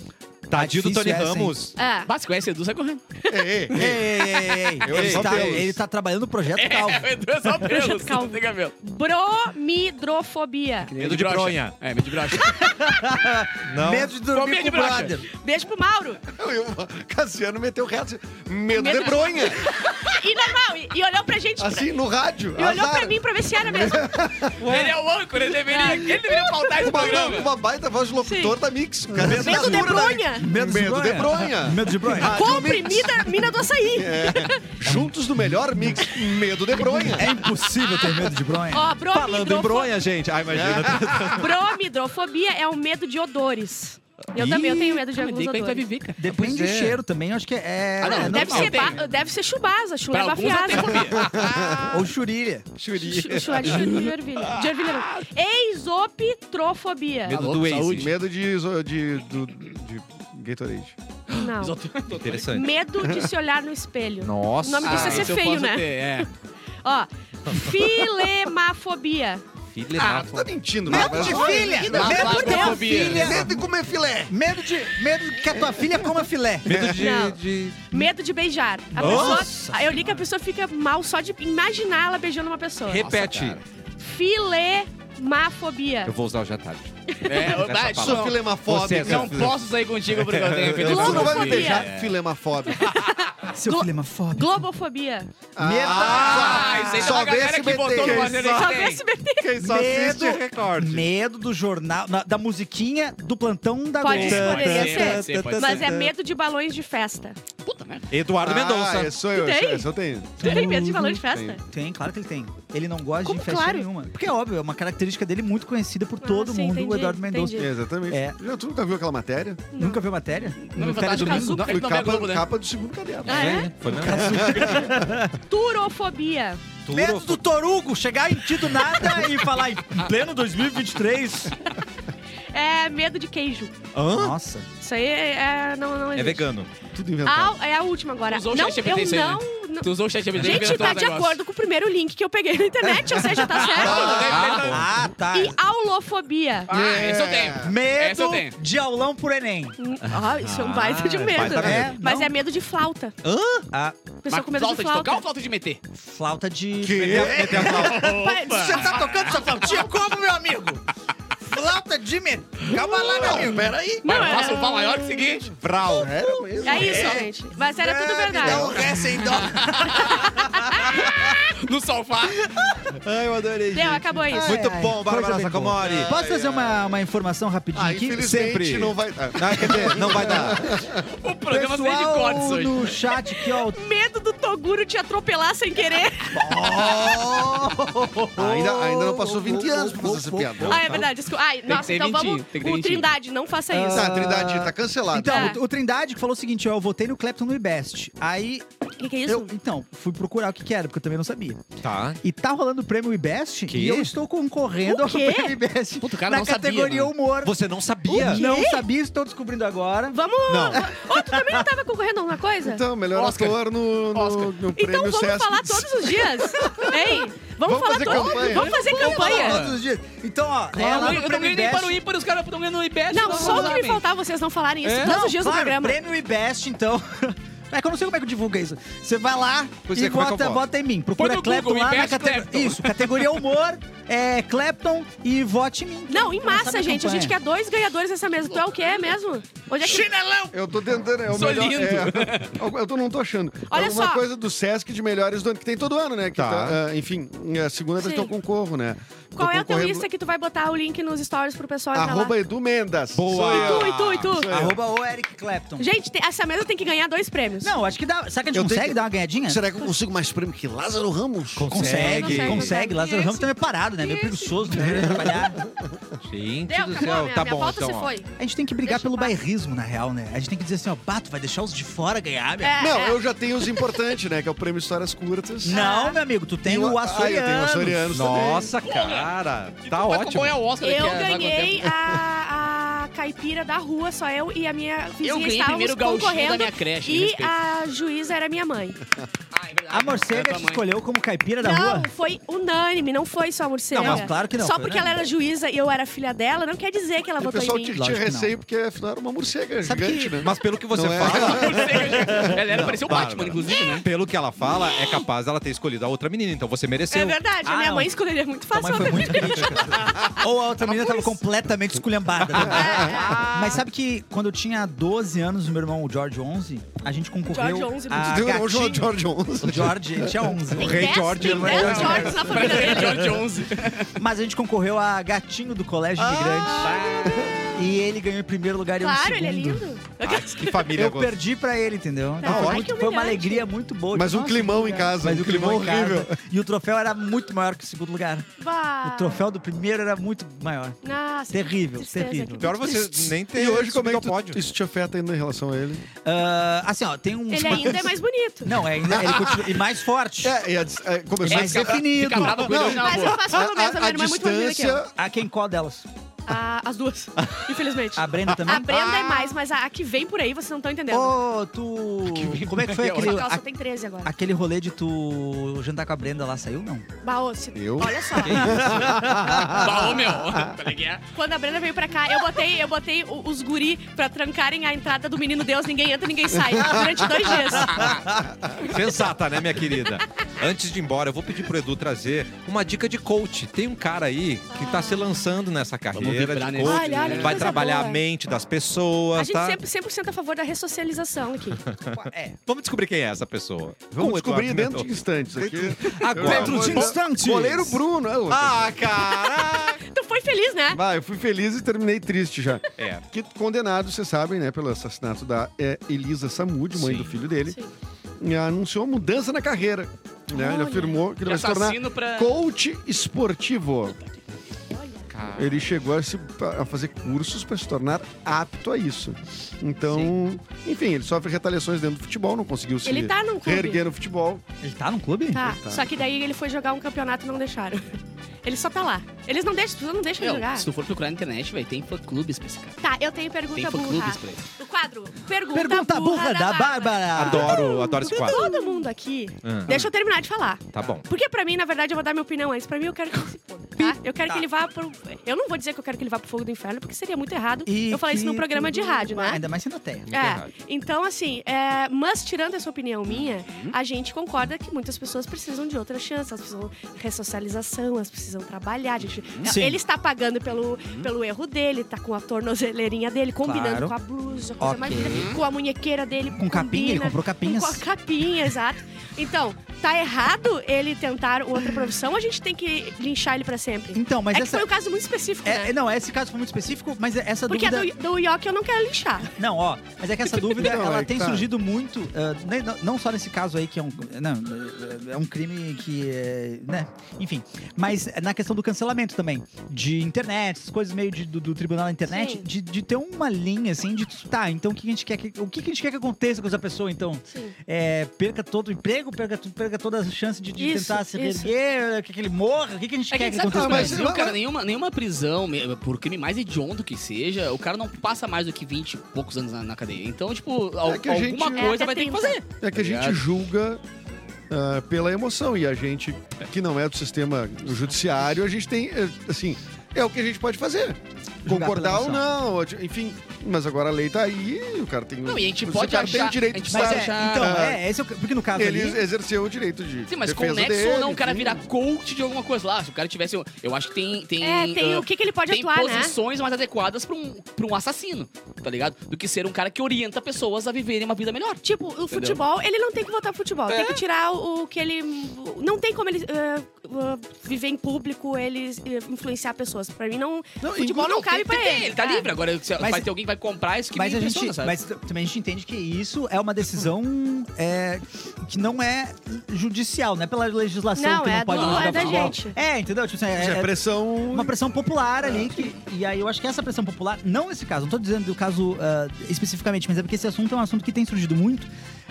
Tadinho do
Tá Difícil
Tony
essa, hein?
Ramos.
Ah,
Bah, se conhece Edu, sai correndo.
Ei, ei,
Ei, ei, ei, ei.
Eu
Ele,
só
tá,
pelos.
ele tá trabalhando o projeto Calvo.
o Edu um é só
Projeto
pelos,
Calvo.
não tem cabelo.
bromidrofobia.
Medo de bronha.
É, medo de brocha.
Não.
Medo de dormir
Fobia de
com o
brocha.
brother.
Beijo pro Mauro.
ei, o Cassiano meteu reto. assim, Medo,
Medo
de bronha.
E normal, e, e olhou pra gente.
Assim, no rádio.
e olhou
azar.
pra mim pra ver se era mesmo.
Ele é o âncora, ele deveria, ele deveria faltar esse
Uma,
programa.
uma baita voz de locutor
Sim.
da Mix. Cara,
Medo de bronha.
Medo, de bronha.
Medo de bronha.
Rádio
Compre
Mix.
mina, mina do açaí.
Juntos do melhor mix. Medo de bronha.
É impossível ter medo de bronha.
Ó,
Falando em
bromidrofo-
bronha, gente. Ai,
Ah,
imagina.
bromidrofobia é o medo de odores. Eu também eu tenho medo de
Calma,
alguns
daí que a gente vai
odores.
viver, cara.
Depende do
Pois é.
cheiro também, eu acho que é.
Ah, não,
é
deve
Deve
normal.
ser,
tem,
ba-
né?
deve ser chubasa, chulé
Pra alguns eu
bafiada.
tenho fobia.
Ou churilha.
Churi.
Chu- Chulé de chu- de ervilha. De ervilha não. Eisopitrofobia.
Medo
Alô,
do
saúde.
Waze.
Medo de, iso- de, do- de Gatorade.
Não.
Interessante.
Medo de se olhar no espelho.
Nossa. Ah,
O nome disso é ser
Esse eu
feio,
posso
né?
ter, é.
Ó, filemafobia.
é
Filha
Ah,
da
tu
foda.
tá mentindo.
Medo
né?
de
Mas-
filha!
Não,
Medo de ter uma
Claustrofobia.
é filha!
Medo de comer filé.
Medo de, medo que a tua filha coma filé.
Medo de-
Não.
de...
Medo de beijar. A
Nossa
pessoa, aí eu li que a pessoa fica mal só de imaginar ela beijando uma pessoa.
Repete.
Filemafobia.
Eu vou usar o já tarde.
É, eu-
Essa
ah, isso
palavra.
Sou
não-
Você é
filemafóbico.
seu
Não posso sair contigo porque eu tenho filho.
Tu não vai me
Globofobia.
beijar, filemafóbico.
Seu
Glo-
filho é uma foda.
Globofobia.
Ah, isso aí tá
Só
uma
vê
galera que
SBT,
botou no
quem
Brasil
só-
Só vê SBT.
Quem só
Medo-
assiste é recorde.
Medo do jornal, na- da musiquinha do plantão da
Pode
Globo.
ser, poderia
pode ser, pode ser, pode
Mas é medo de balões de festa.
Puta merda.
Eduardo
Ah,
Mendonça.
esse sou eu,
Tu
esse-
tem?
esse eu tenho.
Tu tem medo de balão
Uhum.
de festa?
Tem, claro que ele tem. Ele não gosta
Como
de festa
claro? Ah,
nenhuma. Porque é óbvio, é uma característica dele muito conhecida por todo
sim,
mundo, o
entendi,
Eduardo Mendonça.
entendi.
Exatamente.
É.
Já, tu nunca viu aquela matéria?
Nunca viu matéria?
Não,
No
é
Tele
fantástico.
Domingo?
Azul. Não,
Foi
ele não vê
capa,
Globo, né?
capa do segundo caderno.
Ah, é?
Foi mesmo?
Turofobia.
é Medo do Torugo chegar em ti do nada e falar em pleno 2023.
É medo de queijo.
Hã?
Nossa.
Isso aí é, é- não, não
É
existe.
vegano.
Tudo inventado.
Ah, é a última agora.
Usou o
não,
ChatGPT isso aí,
eu
né?
não... não-
Tu usou o chat GPT e
Gente,
inventou
tá
um
de
negócio.
acordo com o primeiro link que eu peguei na internet, ou seja, tá certo.
Ah, tá.
E aulofobia.
Ah, esse eu tenho. Essa eu tenho.
Medo de aulão por Enem.
Ah, isso é um baita de
Ah,
medo,
baita
né?
medo.
Mas
Não.
é medo de flauta.
Ah,
A pessoa com medo
flauta de tocar ou flauta de meter?
flauta de.
É,
Pai,
Você tá tocando essa flautinha como, meu amigo? Flauta de medo. Calma lá, meu amigo. Peraí.
Não,
Mas eu
era-
faço um pau maior que o seguinte.
Vral.
Era mesmo?
É isso, gente. Mas era
É,
tudo verdade.
Dá um ré sem dó.
No sofá.
Ai, eu adorei.
Deu, acabou isso.
Muito
Ai, ai,
bom,
coisa
Bárbara
bem
Sacomori.
Posso trazer uma, uma informação rapidinho
Ah,
aqui?
infelizmente
sempre.
não vai... Ah,
Ah, quer dizer, não vai dar.
O programa tem de cortes
Pessoal
hoje.
no chat aqui, ó.
Tá
Medo do Toguro te atropelar sem querer.
ainda, ainda não passou 20 anos pra fazer essa piada.
ah, é verdade. Desculpa. Ai,
então tá. que
nossa,
ter
então vamos.
ventinho, tem que ter
o
ventinho.
Trindade, não faça isso.
Tá, Trindade, tá cancelado.
Então,
É.
o, o Trindade que falou o seguinte, ó, eu votei no Clapton no IBEST. Aí,
O que, que é isso?
eu, então, fui procurar o que que era, porque eu também não sabia.
Tá.
E tá rolando o prêmio IBEST
Quê?
e eu estou concorrendo
O
ao
quê?
prêmio IBEST
Puta, o cara
na
não sabia,
categoria
mano.
humor.
Você não sabia?
Não sabia, estou descobrindo agora.
Vamos.
Não.
Ô, tu também não tava concorrendo a alguma coisa?
Então, melhor
Oscar.
ator no, no,
Oscar.
no prêmio
Então vamos
Sesc.
falar todos os dias. Ei, vamos,
Vamos
falar
fazer
todo-
campanha.
Vamos fazer campanha.
Todos os dias. Então, ó, é
Eu
lá
não-
no
eu não
prêmio
ganhei nem para o
IBEST.
ímpar, os caras estão ganhando no tá IBEST.
Não,
não
só o que me
sabem.
faltava vocês É? não falarem
É.
isso todos
Não,
os dias
claro,
do programa.
prêmio IBEST, então. É que eu não sei como é que divulga isso. Você vai lá
Pois
e
é, como é que eu
vota,
voto?
vota em mim. Procura
no
Clapton
Google,
lá na
IBEST
categoria.
Clapton.
Isso, categoria humor, é Clapton e vote em mim.
Não, em massa,
Sabe
gente. A
campanha.
gente quer dois ganhadores nessa mesa. Tu é o quê mesmo? Hoje é que...
Eu tô tentando, é o
Sou
melhor.
lindo.
é, eu tô, não tô achando.
Olha
Alguma
só.
coisa do Sesc de melhores do ano, que tem todo ano, né? Que
Tá.
ah, enfim, é a segunda vez que eu
Sim.
concorro, né? Tô
Qual é o teu
concorrendo-
Insta que tu vai botar o link nos stories pro pessoal entrar lá?
Arroba Edu Mendas.
Boa.
Sou eu.
E tu, e tu, e tu.
Sou eu.
Arroba o Eric Clapton.
Gente, te- essa mesa tem que ganhar dois prêmios.
Não, acho que dá. Será que a gente
Eu
consegue
tenho que-
dar uma ganhadinha?
Será que eu consigo mais prêmio que Lázaro Ramos?
Consegue, consegue.
Consegue, consegue.
Lázaro
Isso.
Ramos também é parado, né? Meio preguiçoso, né? Trabalhar.
Gente
Deu,
do
acabou.
céu.
minha
Tá
minha
bom,
pauta
então.
se
ó.
foi.
A gente tem que brigar
Deixa
pelo
pra-
bairrismo, na real, né? A gente tem que dizer assim, ó, Bato, vai deixar os de fora ganhar, meu?
É,
Não,
é.
eu já tenho os importantes, né? Que é o prêmio Histórias Curtas.
Não, meu amigo, tu tem
E o-
o
Ah, eu tenho o
açoriano.
açoriano.
Nossa, cara. Tá
Então
Vai acompanhar
ótimo.
é
o Oscar daqui
Eu
a- sabe quanto é, tempo?
ganhei a, a caipira da rua, só eu e a minha vizinha
ganhei
estávamos
primeiro o gauchinho
concorrendo.
da minha creche, me
e
respeita.
a juíza era minha mãe.
Ah, é verdade.
A morcega
É tua
te
mãe.
escolheu como caipira da
não,
rua?
foi unânime, não foi só a morcega.
Não, mas claro que não, né?
Só
foi
porque ela era juíza e eu era filha dela, não quer dizer que ela
E o
votou
pessoal
em mim.
tinha, tinha
Lógico que não.
receio, porque afinal era uma morcega
Sabe
gigante,
que-
né?
Mas pelo que você
Não é?
fala,
Ela era, parecia o
Bárbara.
Batman, inclusive, né?
pelo que ela fala, é capaz dela ter escolhido a outra menina. Então você mereceu.
É verdade, a
Ah,
minha
não.
mãe escolheria muito
Tua
fácil.
mãe foi muito crítica. Ou a outra menina tava completamente esculhambada. Mas sabe que quando eu tinha 12 anos, o meu irmão, o George 11, a gente concorreu
George 11,
a
Deu é um o
gatinho.
João George 11.
O George, ele tinha 11.
Tem
Rei
dez-
George,
tem
ele não é
dez
George.
Georges na família
Parecia
dele.
George 11.
Mas a gente concorreu a gatinho do colégio imigrante. E ele ganhou em primeiro lugar e eu em
Claro, ele é
segundo.
lindo.
Ah, que família
Eu
gostosa.
perdi pra ele, entendeu? Então
Ai,
foi,
que
muito- foi uma
humilhante.
alegria muito boa.
Mas um
Nossa,
climão
que
em
legal.
casa,
Mas
um
o climão
climão
em casa.
horrível.
E o troféu era muito maior que o segundo lugar.
Bah.
O troféu do primeiro era muito maior.
Nossa,
Terrível,
tristeza,
terrível.
que
Pior você nem ter
E hoje, como é
subido
que
ao pódio.
tu, isso te afeta ainda em relação a ele?
Ah, assim, ó, tem uns.
Ele ainda é mais bonito.
Não, é, ainda- ele continua. E mais forte.
É, e a dis- é, começou
mais
a-
definido.
Fica brava com ele hoje na
Mas eu
rua.
faço
a,
pelo menos, a
a,
minha
a
irmã é muito mais bonita que eu.
distância...
A quem qual delas?
A- As duas, infelizmente.
A Brenda também?
A Brenda é mais, mas a, a que vem por aí, vocês não estão entendendo.
Ô, tu. Como é que foi
Só que
aquele,
ela só
a-
tem 13 agora.
aquele rolê de tu jantar com a Brenda lá? Saiu, não?
Baô, se-
Eu?
Olha só.
Baú, meu. Tá ligado?
Quando a Brenda veio pra cá, eu botei, eu botei o- os guri pra trancarem a entrada do menino Deus, ninguém entra, ninguém sai. Durante dois dias.
Sensata, né, minha querida? Antes de ir embora, eu vou pedir pro Edu trazer uma dica de coach. Tem um cara aí que tá se lançando nessa carreira de
vibrar
coach.
nesse-
Olha, olha que
vai
coisa
trabalhar
boa.
a mente das
A
pessoas,
gente
tá?
sempre 100% a favor da ressocialização aqui.
É.
Vamos descobrir quem é essa pessoa.
Vamos
Vamos
descobrir dentro
Eduardo
de
Mendonça.
instantes aqui.
Agora,
Dentro de
instantes.
Goleiro Bruno. é outro.
Ah, caraca!
Tu foi feliz, né?
Vai, eu fui feliz e terminei triste já.
É.
Que condenado, vocês sabem, né, pelo assassinato da é, Elisa Samud, mãe
Sim.
do filho dele,
Sim.
e anunciou mudança na carreira. Né? Ele
Olha.
afirmou que ele
De
vai se tornar
assassino pra...
coach esportivo.
Olha.
Ele chegou a, se- a fazer cursos para se tornar apto a isso. Então, enfim, ele sofre retaliações dentro do futebol, não conseguiu se
Ele tá num clube.
reerguer no futebol.
Ele tá num clube?
Tá, só que daí ele foi jogar um campeonato e não deixaram. Ele só tá lá. Eles não deixam, as pessoas não deixam ele
Meu,
jogar.
se tu for procurar na internet, velho, tem fã-clubes pra esse cara.
Tá, eu tenho pergunta
Tem
burra.
fã-clubes pra ele.
O quadro, pergunta,
Pergunta burra da Bárbara.
Adoro, adoro esse quadro.
Todo mundo aqui,
Ah.
deixa eu terminar de falar.
Tá bom.
Porque pra mim, na verdade, eu vou dar minha opinião antes. Pra mim, eu quero que ele se foda, tá? Eu quero que ele vá pro... Eu não vou dizer que eu quero que ele vá pro fogo do inferno, porque seria muito errado
E
eu falar isso
que
num programa de
tudo-
rádio, né?
Ainda mais sendo a terra.
É, então assim, é, mas tirando essa opinião minha,
Uhum.
a gente concorda que muitas pessoas precisam de outra chance, elas precisam de ressocialização, elas precisam trabalhar. a gente-
Uhum. Sim. Uhum.
Ele está pagando pelo, pelo erro dele, tá com a tornozeleirinha dele,
Claro.
combinando com a blusa, coisa
Ok.
mais linda, com a munhequeira dele.
Com capinha, ele
combina,
comprou capinhas.
Com a capinha, exato. Então, tá errado ele tentar outra profissão, a gente tem que linchar ele pra sempre.
Então, mas
é que
essa.
foi um caso muito específico,
é,
né?
não, esse caso foi muito específico, mas essa
Porque a
dúvida.
do, do Yoki eu não quero linchar.
Não, ó, mas é que essa dúvida
Não,
ela
é que
tem
tá.
surgido muito, ah, nem- não, não só nesse caso aí que é um, não, é um crime que, é, né, enfim, mas na questão do cancelamento também, de internet, essas coisas meio de- do, do tribunal da internet,
Sim.
de, de ter uma linha assim, de tá, então o que a gente quer que, o que a gente quer que aconteça com essa pessoa então,
Sim.
É, perca todo o emprego, perca, tu- perca todas as chances de, de
Isso,
tentar se
isso.
reerguer, eh, que, que ele morra, o que, que a gente
É que,
quer
a
que,
gente sabe que
aconteça
no
com ele?
Brasil, cara, nenhuma, nenhuma prisão, me- por crime mais hediondo que seja, o cara não passa mais do que 20 e poucos anos na, na cadeia. Então, tipo, al-
que a
alguma
gente-
É, até
coisa vai ter que
30.
fazer.
É que a gente
Obrigado.
julga ah, pela emoção e a gente que não é do sistema judiciário, a gente tem eh, assim, é o que a gente pode fazer.
Julgar
Concordar
pela
ou não, enfim, mas agora a lei tá aí, o cara tem
Não, e a gente
o
pode
cara tem
achar-
o direito
a
de
gente
Mas
estar.
pode
é,
achar-
então, é, esse é o, porque no caso
Ele
ali,
exerceu o diito de
Sim, mas
defesa
conexo
dele,
ou não, o cara
enfim.
virar coach de alguma coisa lá. Se o cara tivesse. um- Eu acho que tem. tem
É, tem
ah,
o que, que ele pode
tem
atuar, né?
posições mais adequadas pra um, pra um assassino, tá ligado? Do que ser um cara que orienta pessoas a viverem uma vida melhor.
Tipo, o futebol, ele não tem que votar pro futebol.
É.
Tem que tirar o, o que ele. Não tem como ele eh, eh, viver em público, ele eh, influenciar pessoas. Pra mim, não.
Não,
futebol não
tem-
cabe pra
tem- tem,
ele.
tá
É.
livre. Agora, se
Mas-
vai ter alguém que vai comprar isso que
mas
me
a gente,
impressiona, sabe?
mas t- também a gente entende que isso é uma decisão é, que não é judicial, não é pela legislação
Não,
que
é
não pode
do-
jogar
é da
futebol.
gente.
É, entendeu? Tipo, assim, é,
Isso é
é
pressão
uma pressão popular ali que- e aí eu acho que essa pressão popular, não nesse caso, não tô dizendo do caso ah, especificamente, mas é porque esse assunto é um assunto que tem surgido muito.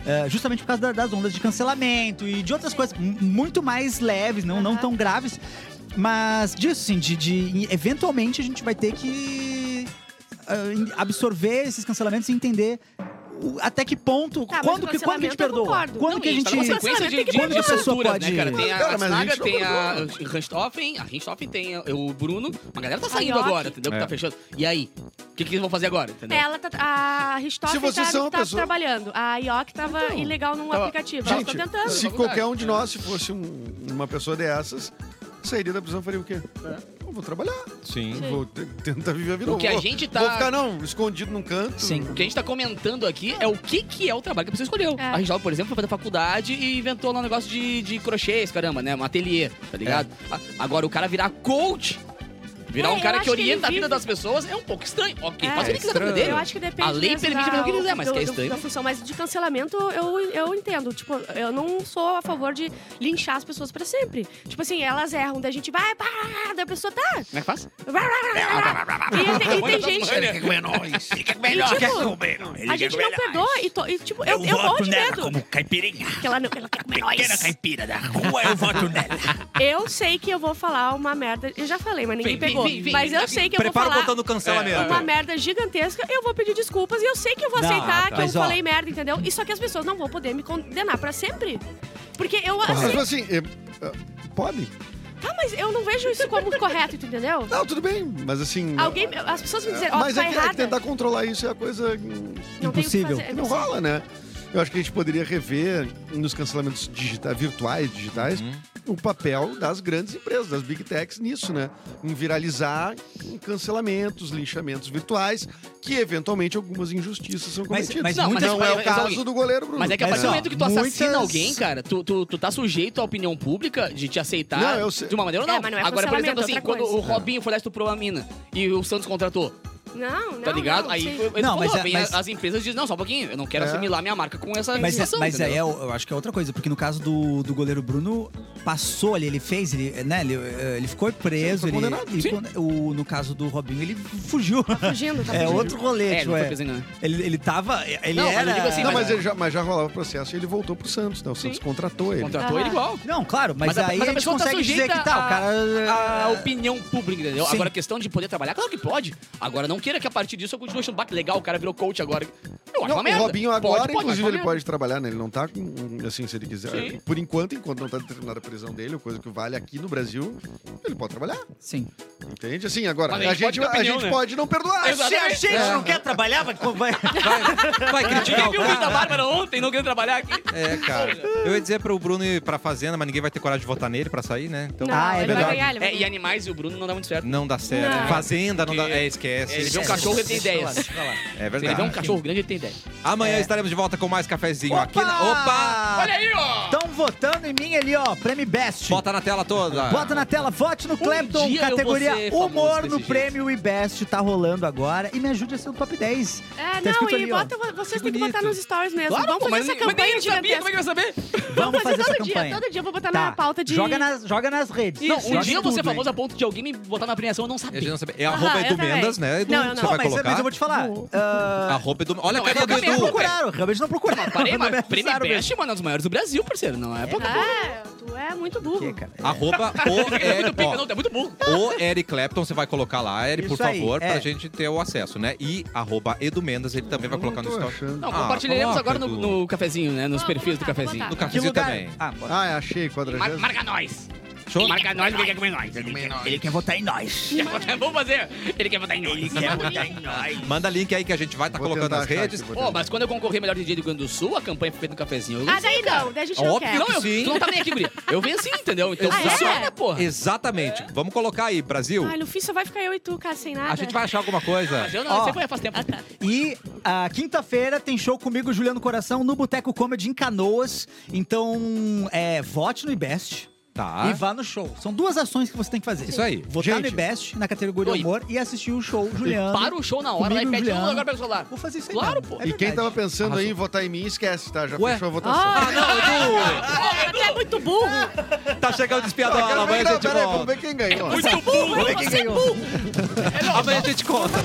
ah, justamente por causa da- das ondas de cancelamento e de outras coisas m- muito mais leves, não, não
Aham.
tão assim, graves. Mas disso, sim, de, de- eventualmente a gente vai ter que ah, em- absorver esses cancelamentos e entender o- até que ponto,
Tá, mas
quando, que, quando que a gente
cancelamento eu
perdoa?
concordo.
Quando
Não,
que a
isso
gente...
é uma consequência
Consequência
Cancelamento tem
tá de,
que
de,
perdoar.
de
Cultura,
culturas,
de-
né, cara? Tem a
Cara, mas a
Asnaga,
gente não
tem a a Richthofen, a Richthofen tem a- o Bruno. Uma galera tá saindo
Aioki.
agora, entendeu?
É.
Que tá fechando. E aí? O que, que eles vão fazer agora, entendeu?
Ela tá, a
Se
Ristoffen
vocês
tá,
são uma
tá
pessoa-
trabalhando. A Ioc tava ilegal num
Então, tava-
aplicativo. Ela
Gente,
tá
né?
tentando.
se qualquer um de nós, se fosse um- uma pessoa dessas, sairia da prisão faria o quê? Eu vou trabalhar,
Sim.
vou te- tentar viver a vida.
O
Eu
que a
vou-
gente tá-
Vou ficar, não, escondido num canto.
Sim.
O que a gente tá comentando aqui é o que, que é o trabalho que a pessoa escolheu.
É.
A Reginaldo, por exemplo, foi fazer faculdade e inventou lá um negócio de, de crochês, caramba, né? Um ateliê, tá ligado? A- Agora, o cara virar coach, virar
É,
um
eu
cara
acho
que
que ele
orienta a vida
vive-
das pessoas, é um pouco estranho. Ok,
É,
faz o que ele tá quiser na vida dele.
Eu acho que depende.
A lei
mesmo
permite
da-
fazer o que quiser, mas
do-
que é
do-
estranho.
Da função. Mas de cancelamento eu, eu entendo. Tipo, eu não sou a favor de linchar as pessoas pra sempre. Tipo assim, elas erram, da gente vai, pá, da pessoa tá.
Como é que faz?
E tem, e tem gente.
né?
comer nós.
melhor.
Ele quer
Tipo,
comer nós.
A gente não perdoa e, to- e, tipo, eu, eu, morro de medo.
caipirinha.
Que ela não, ela quer comer nós.
assim.
caipira da rua, eu voto nela.
Eu sei que eu vou falar uma merda. Eu já falei, mas ninguém
Vem, vem,
pegou.
vem, vem.
mas eu sei que eu
Prepara o
vou
botão
falar
do cancelamento.
uma merda gigantesca, eu vou pedir desculpas e eu sei que eu vou
Não,
aceitar
ah, tá.
que eu
Mas, ó.
falei merda, entendeu? E só que as pessoas não vão poder me condenar pra sempre. Porque eu
Mas,
assim,
tipo assim, é, é, pode?
tá, mas eu não vejo isso como correto, tu entendeu?
Não, tudo bem, mas assim...
Alguém, as pessoas me dizem, ó,
mas
tu tá
é que, é que
errada.
tentar controlar isso é a coisa que
não tem o que
Impossível.
fazer. é
não
impossível.
rola, né? Eu acho que a gente poderia rever nos cancelamentos digita virtuais, digitais,
Uhum.
o papel das grandes empresas, das big techs nisso, né? Em viralizar cancelamentos, linchamentos virtuais, que eventualmente algumas injustiças são
Mas-
cometidas.
mas
não,
muitas-
é o
mas-
caso do goleiro Bruno.
Mas é que a
Mas,
partir do
ó,
momento que tu
muitas-
assassina alguém, cara, tu, tu, tu tá sujeito à opinião pública de te aceitar
Não, eu sei.
de uma maneira ou não.
É, mas não é
Agora, por exemplo,
cancelamento, é
assim,
outra
quando o
coisa.
Robinho foi lá e estuprou a mina e o Santos contratou,
Não, não.
tá ligado?
não,
aí
sim.
ele
Não,
falou,
mas é-
vem
mas-
as empresas dizem, não, só um pouquinho, eu não quero
É.
assimilar minha marca com essa
Mas, é,
situação,
mas aí
entendeu?
eu, eu acho que é outra coisa, porque no caso do, do goleiro Bruno, passou ali, ele fez, ele, né, ele, eh, ele ficou preso.
Sim, foi
ele,
condenado,
ele conde- o, no caso do Robinho, ele fugiu.
Fugindo, tá
É
fugindo.
outro rolê,
É, ele
tipo,
não foi
é.
preso ainda, né?
ele, ele tava. Ele
Não, mas eu
era.
digo assim,
Não, mas, ele já, mas já rolava o processo e ele voltou pro Santos, né? O Santos contratou ele.
Contratou
Ah.
ele igual.
Não, claro, mas,
Mas a-
aí
mas a
a, gente
pessoa tá
consegue dizer
sujeita
que tal,
a-
o cara. eh,
A opinião pública, entendeu?
Ah. Sim.
Agora, a questão de poder trabalhar, claro que pode. Agora, não queira que a partir disso eu continue achando, bah, que legal, o cara virou coach agora. Eu acho
Não,
uma
o
merda.
Robinho
Pode,
agora,
pode,
inclusive,
acho uma
ele
merda.
pode trabalhar, né? Ele não tá com, assim, se ele quiser.
Sim.
Por enquanto, enquanto não tá determinada a prisão dele, ou coisa que vale aqui no Brasil, ele pode trabalhar,
Sim.
entende? Assim, agora,
Mas
a, gente,
ter
a
opinião,
gente
né?
pode não perdoar.
Exato.
Se a gente
É.
não quer trabalhar, vai... vai-
Vai criticar
Quem
o
viu o vídeo da
cara.
Bárbara ontem não querendo trabalhar aqui?
É, cara. Eu ia dizer pro Bruno ir pra fazenda, mas ninguém vai ter coragem de votar nele pra sair, né? Então
Não,
Ah, é
ele
verdade.
vai ganhar, ele vai
É, e
ganhar.
animais e o Bruno não dá muito certo.
não dá certo.
Não.
Fazenda não dá.
Porque-
É, esquece.
Ele vê um cachorro e tem ideias. Se
É
ele vê um
verdade.
cachorro grande, ele tem ideia.
Amanhã estaremos de volta com mais cafezinho aqui na.
né?
Opa!
Opa!
Olha aí, ó!
Estão votando em mim ali, ó. Prêmio Best.
Bota na tela toda.
Bota na tela, vote no Clapton,
Ah. Um dia eu
categoria
vou ser famoso
Humor
desse
no
jeito.
Prêmio e Best, tá rolando agora. E me ajude a ser o top 10.
É,
Tá
não,
escrito
e
ali, ó.
bota, vocês têm que
bonito.
botar nos stories mesmo.
Claro,
Vamos
pô,
fazer
mas,
essa
mas nem
campanha
eu sabia, como é
gigantesca.
que eu ia saber?
Vamos fazer essa
todo dia,
campanha.
todo dia eu vou botar
Tá.
na pauta de... É,
Joga nas, joga nas redes.
Não,
Joga
um dia
em
eu vou
tudo,
ser
hein.
famoso a ponto de alguém me botar na premiação e eu não
Eu já
saber.
não sabia. É
Aham,
arroba
eu
Edu
também.
Mendes, né? Edu,
Não,
você
eu não.
vai
mas,
colocar.
mas eu vou te falar. ah,
Arroba Edu. Olha a
é
cara do
porque
Realmente não
Edu.
procuraram, realmente não procuraram.
Parei,
Não
mas
me
Prêmio
avisaram
Best, mano, é um dos maiores do Brasil, parceiro. Não é pouca coisa.
É, tu é muito burro.
mesmo.
Ah,
Cara,
Arroba o
É muito
Eric.
pica, não,
ó,
é muito burro.
O Eric Clapton, você vai colocar lá, Eric,
Isso
por
aí,
favor,
é.
pra gente ter o acesso, né? E arroba Edu Mendes, ele também vai
Eu não
colocar no
tô
story.
achando.
Não,
Ah,
compartilharemos
coloca,
agora no,
Edu.
no cafezinho, né? Nos
Ah,
perfis
vou
do
botar, vou
cafezinho.
botar.
No
Que
cafezinho
lugar?
também.
Ah, bora.
Ah, achei,
Mar-
40.
marca nós!
Show?
Marca nós, ele quer comer nós. Ele quer-
Ele quer votar em nós.
ele quer- Vamos fazer! Ele quer botar em nós.
Quer votar em nós.
Manda link aí que a gente vai estar
Vou
colocando
tentar
nas
achar
redes.
aqui, vou
Pô, mas quando eu concorri melhor DJ do Rio Grande do Sul, a campanha foi feita no cafezinho. Eu
Ah,
venci,
daí
cara.
não, daí a gente não
Óbvio.
quer.
Não, eu
Sim.
tu não tá nem aqui, Guri. Eu venci, entendeu? Então
Ah, é?
funciona, porra.
Exatamente. Vamos colocar aí, Brasil.
Ai, no fim só vai ficar eu e tu, cara, sem nada.
A gente vai achar alguma coisa.
Mas eu não,
Ó.
você foi faz tempo.
E a quinta-feira tem show comigo, Juliano Coração, no Boteco Comedy em Canoas. Então, é, vote no IBEST
Tá.
Ah.
e vá no show. São duas ações que você tem que fazer.
Isso aí.
Votar no
Gente.
IBEST, na categoria
Oi.
humor, e assistir o show, Juliano.
Para o show na hora,
Comigo,
aí pede todo
Juliano.
mundo agora pelo celular.
Vou fazer isso aí.
Claro,
mesmo.
pô.
É
E quem
verdade.
tava pensando aí em votar em mim, esquece, tá? Já
Ué?
fechou a votação.
Ah, não, tu é muito burro.
Tá chegando o
Eu
despiadola.
quero ver-
Amanhã a
não,
gente
peraí, vamos
volta.
ver quem ganhou.
Você é burro, você é burro.
Amanhã a gente conta.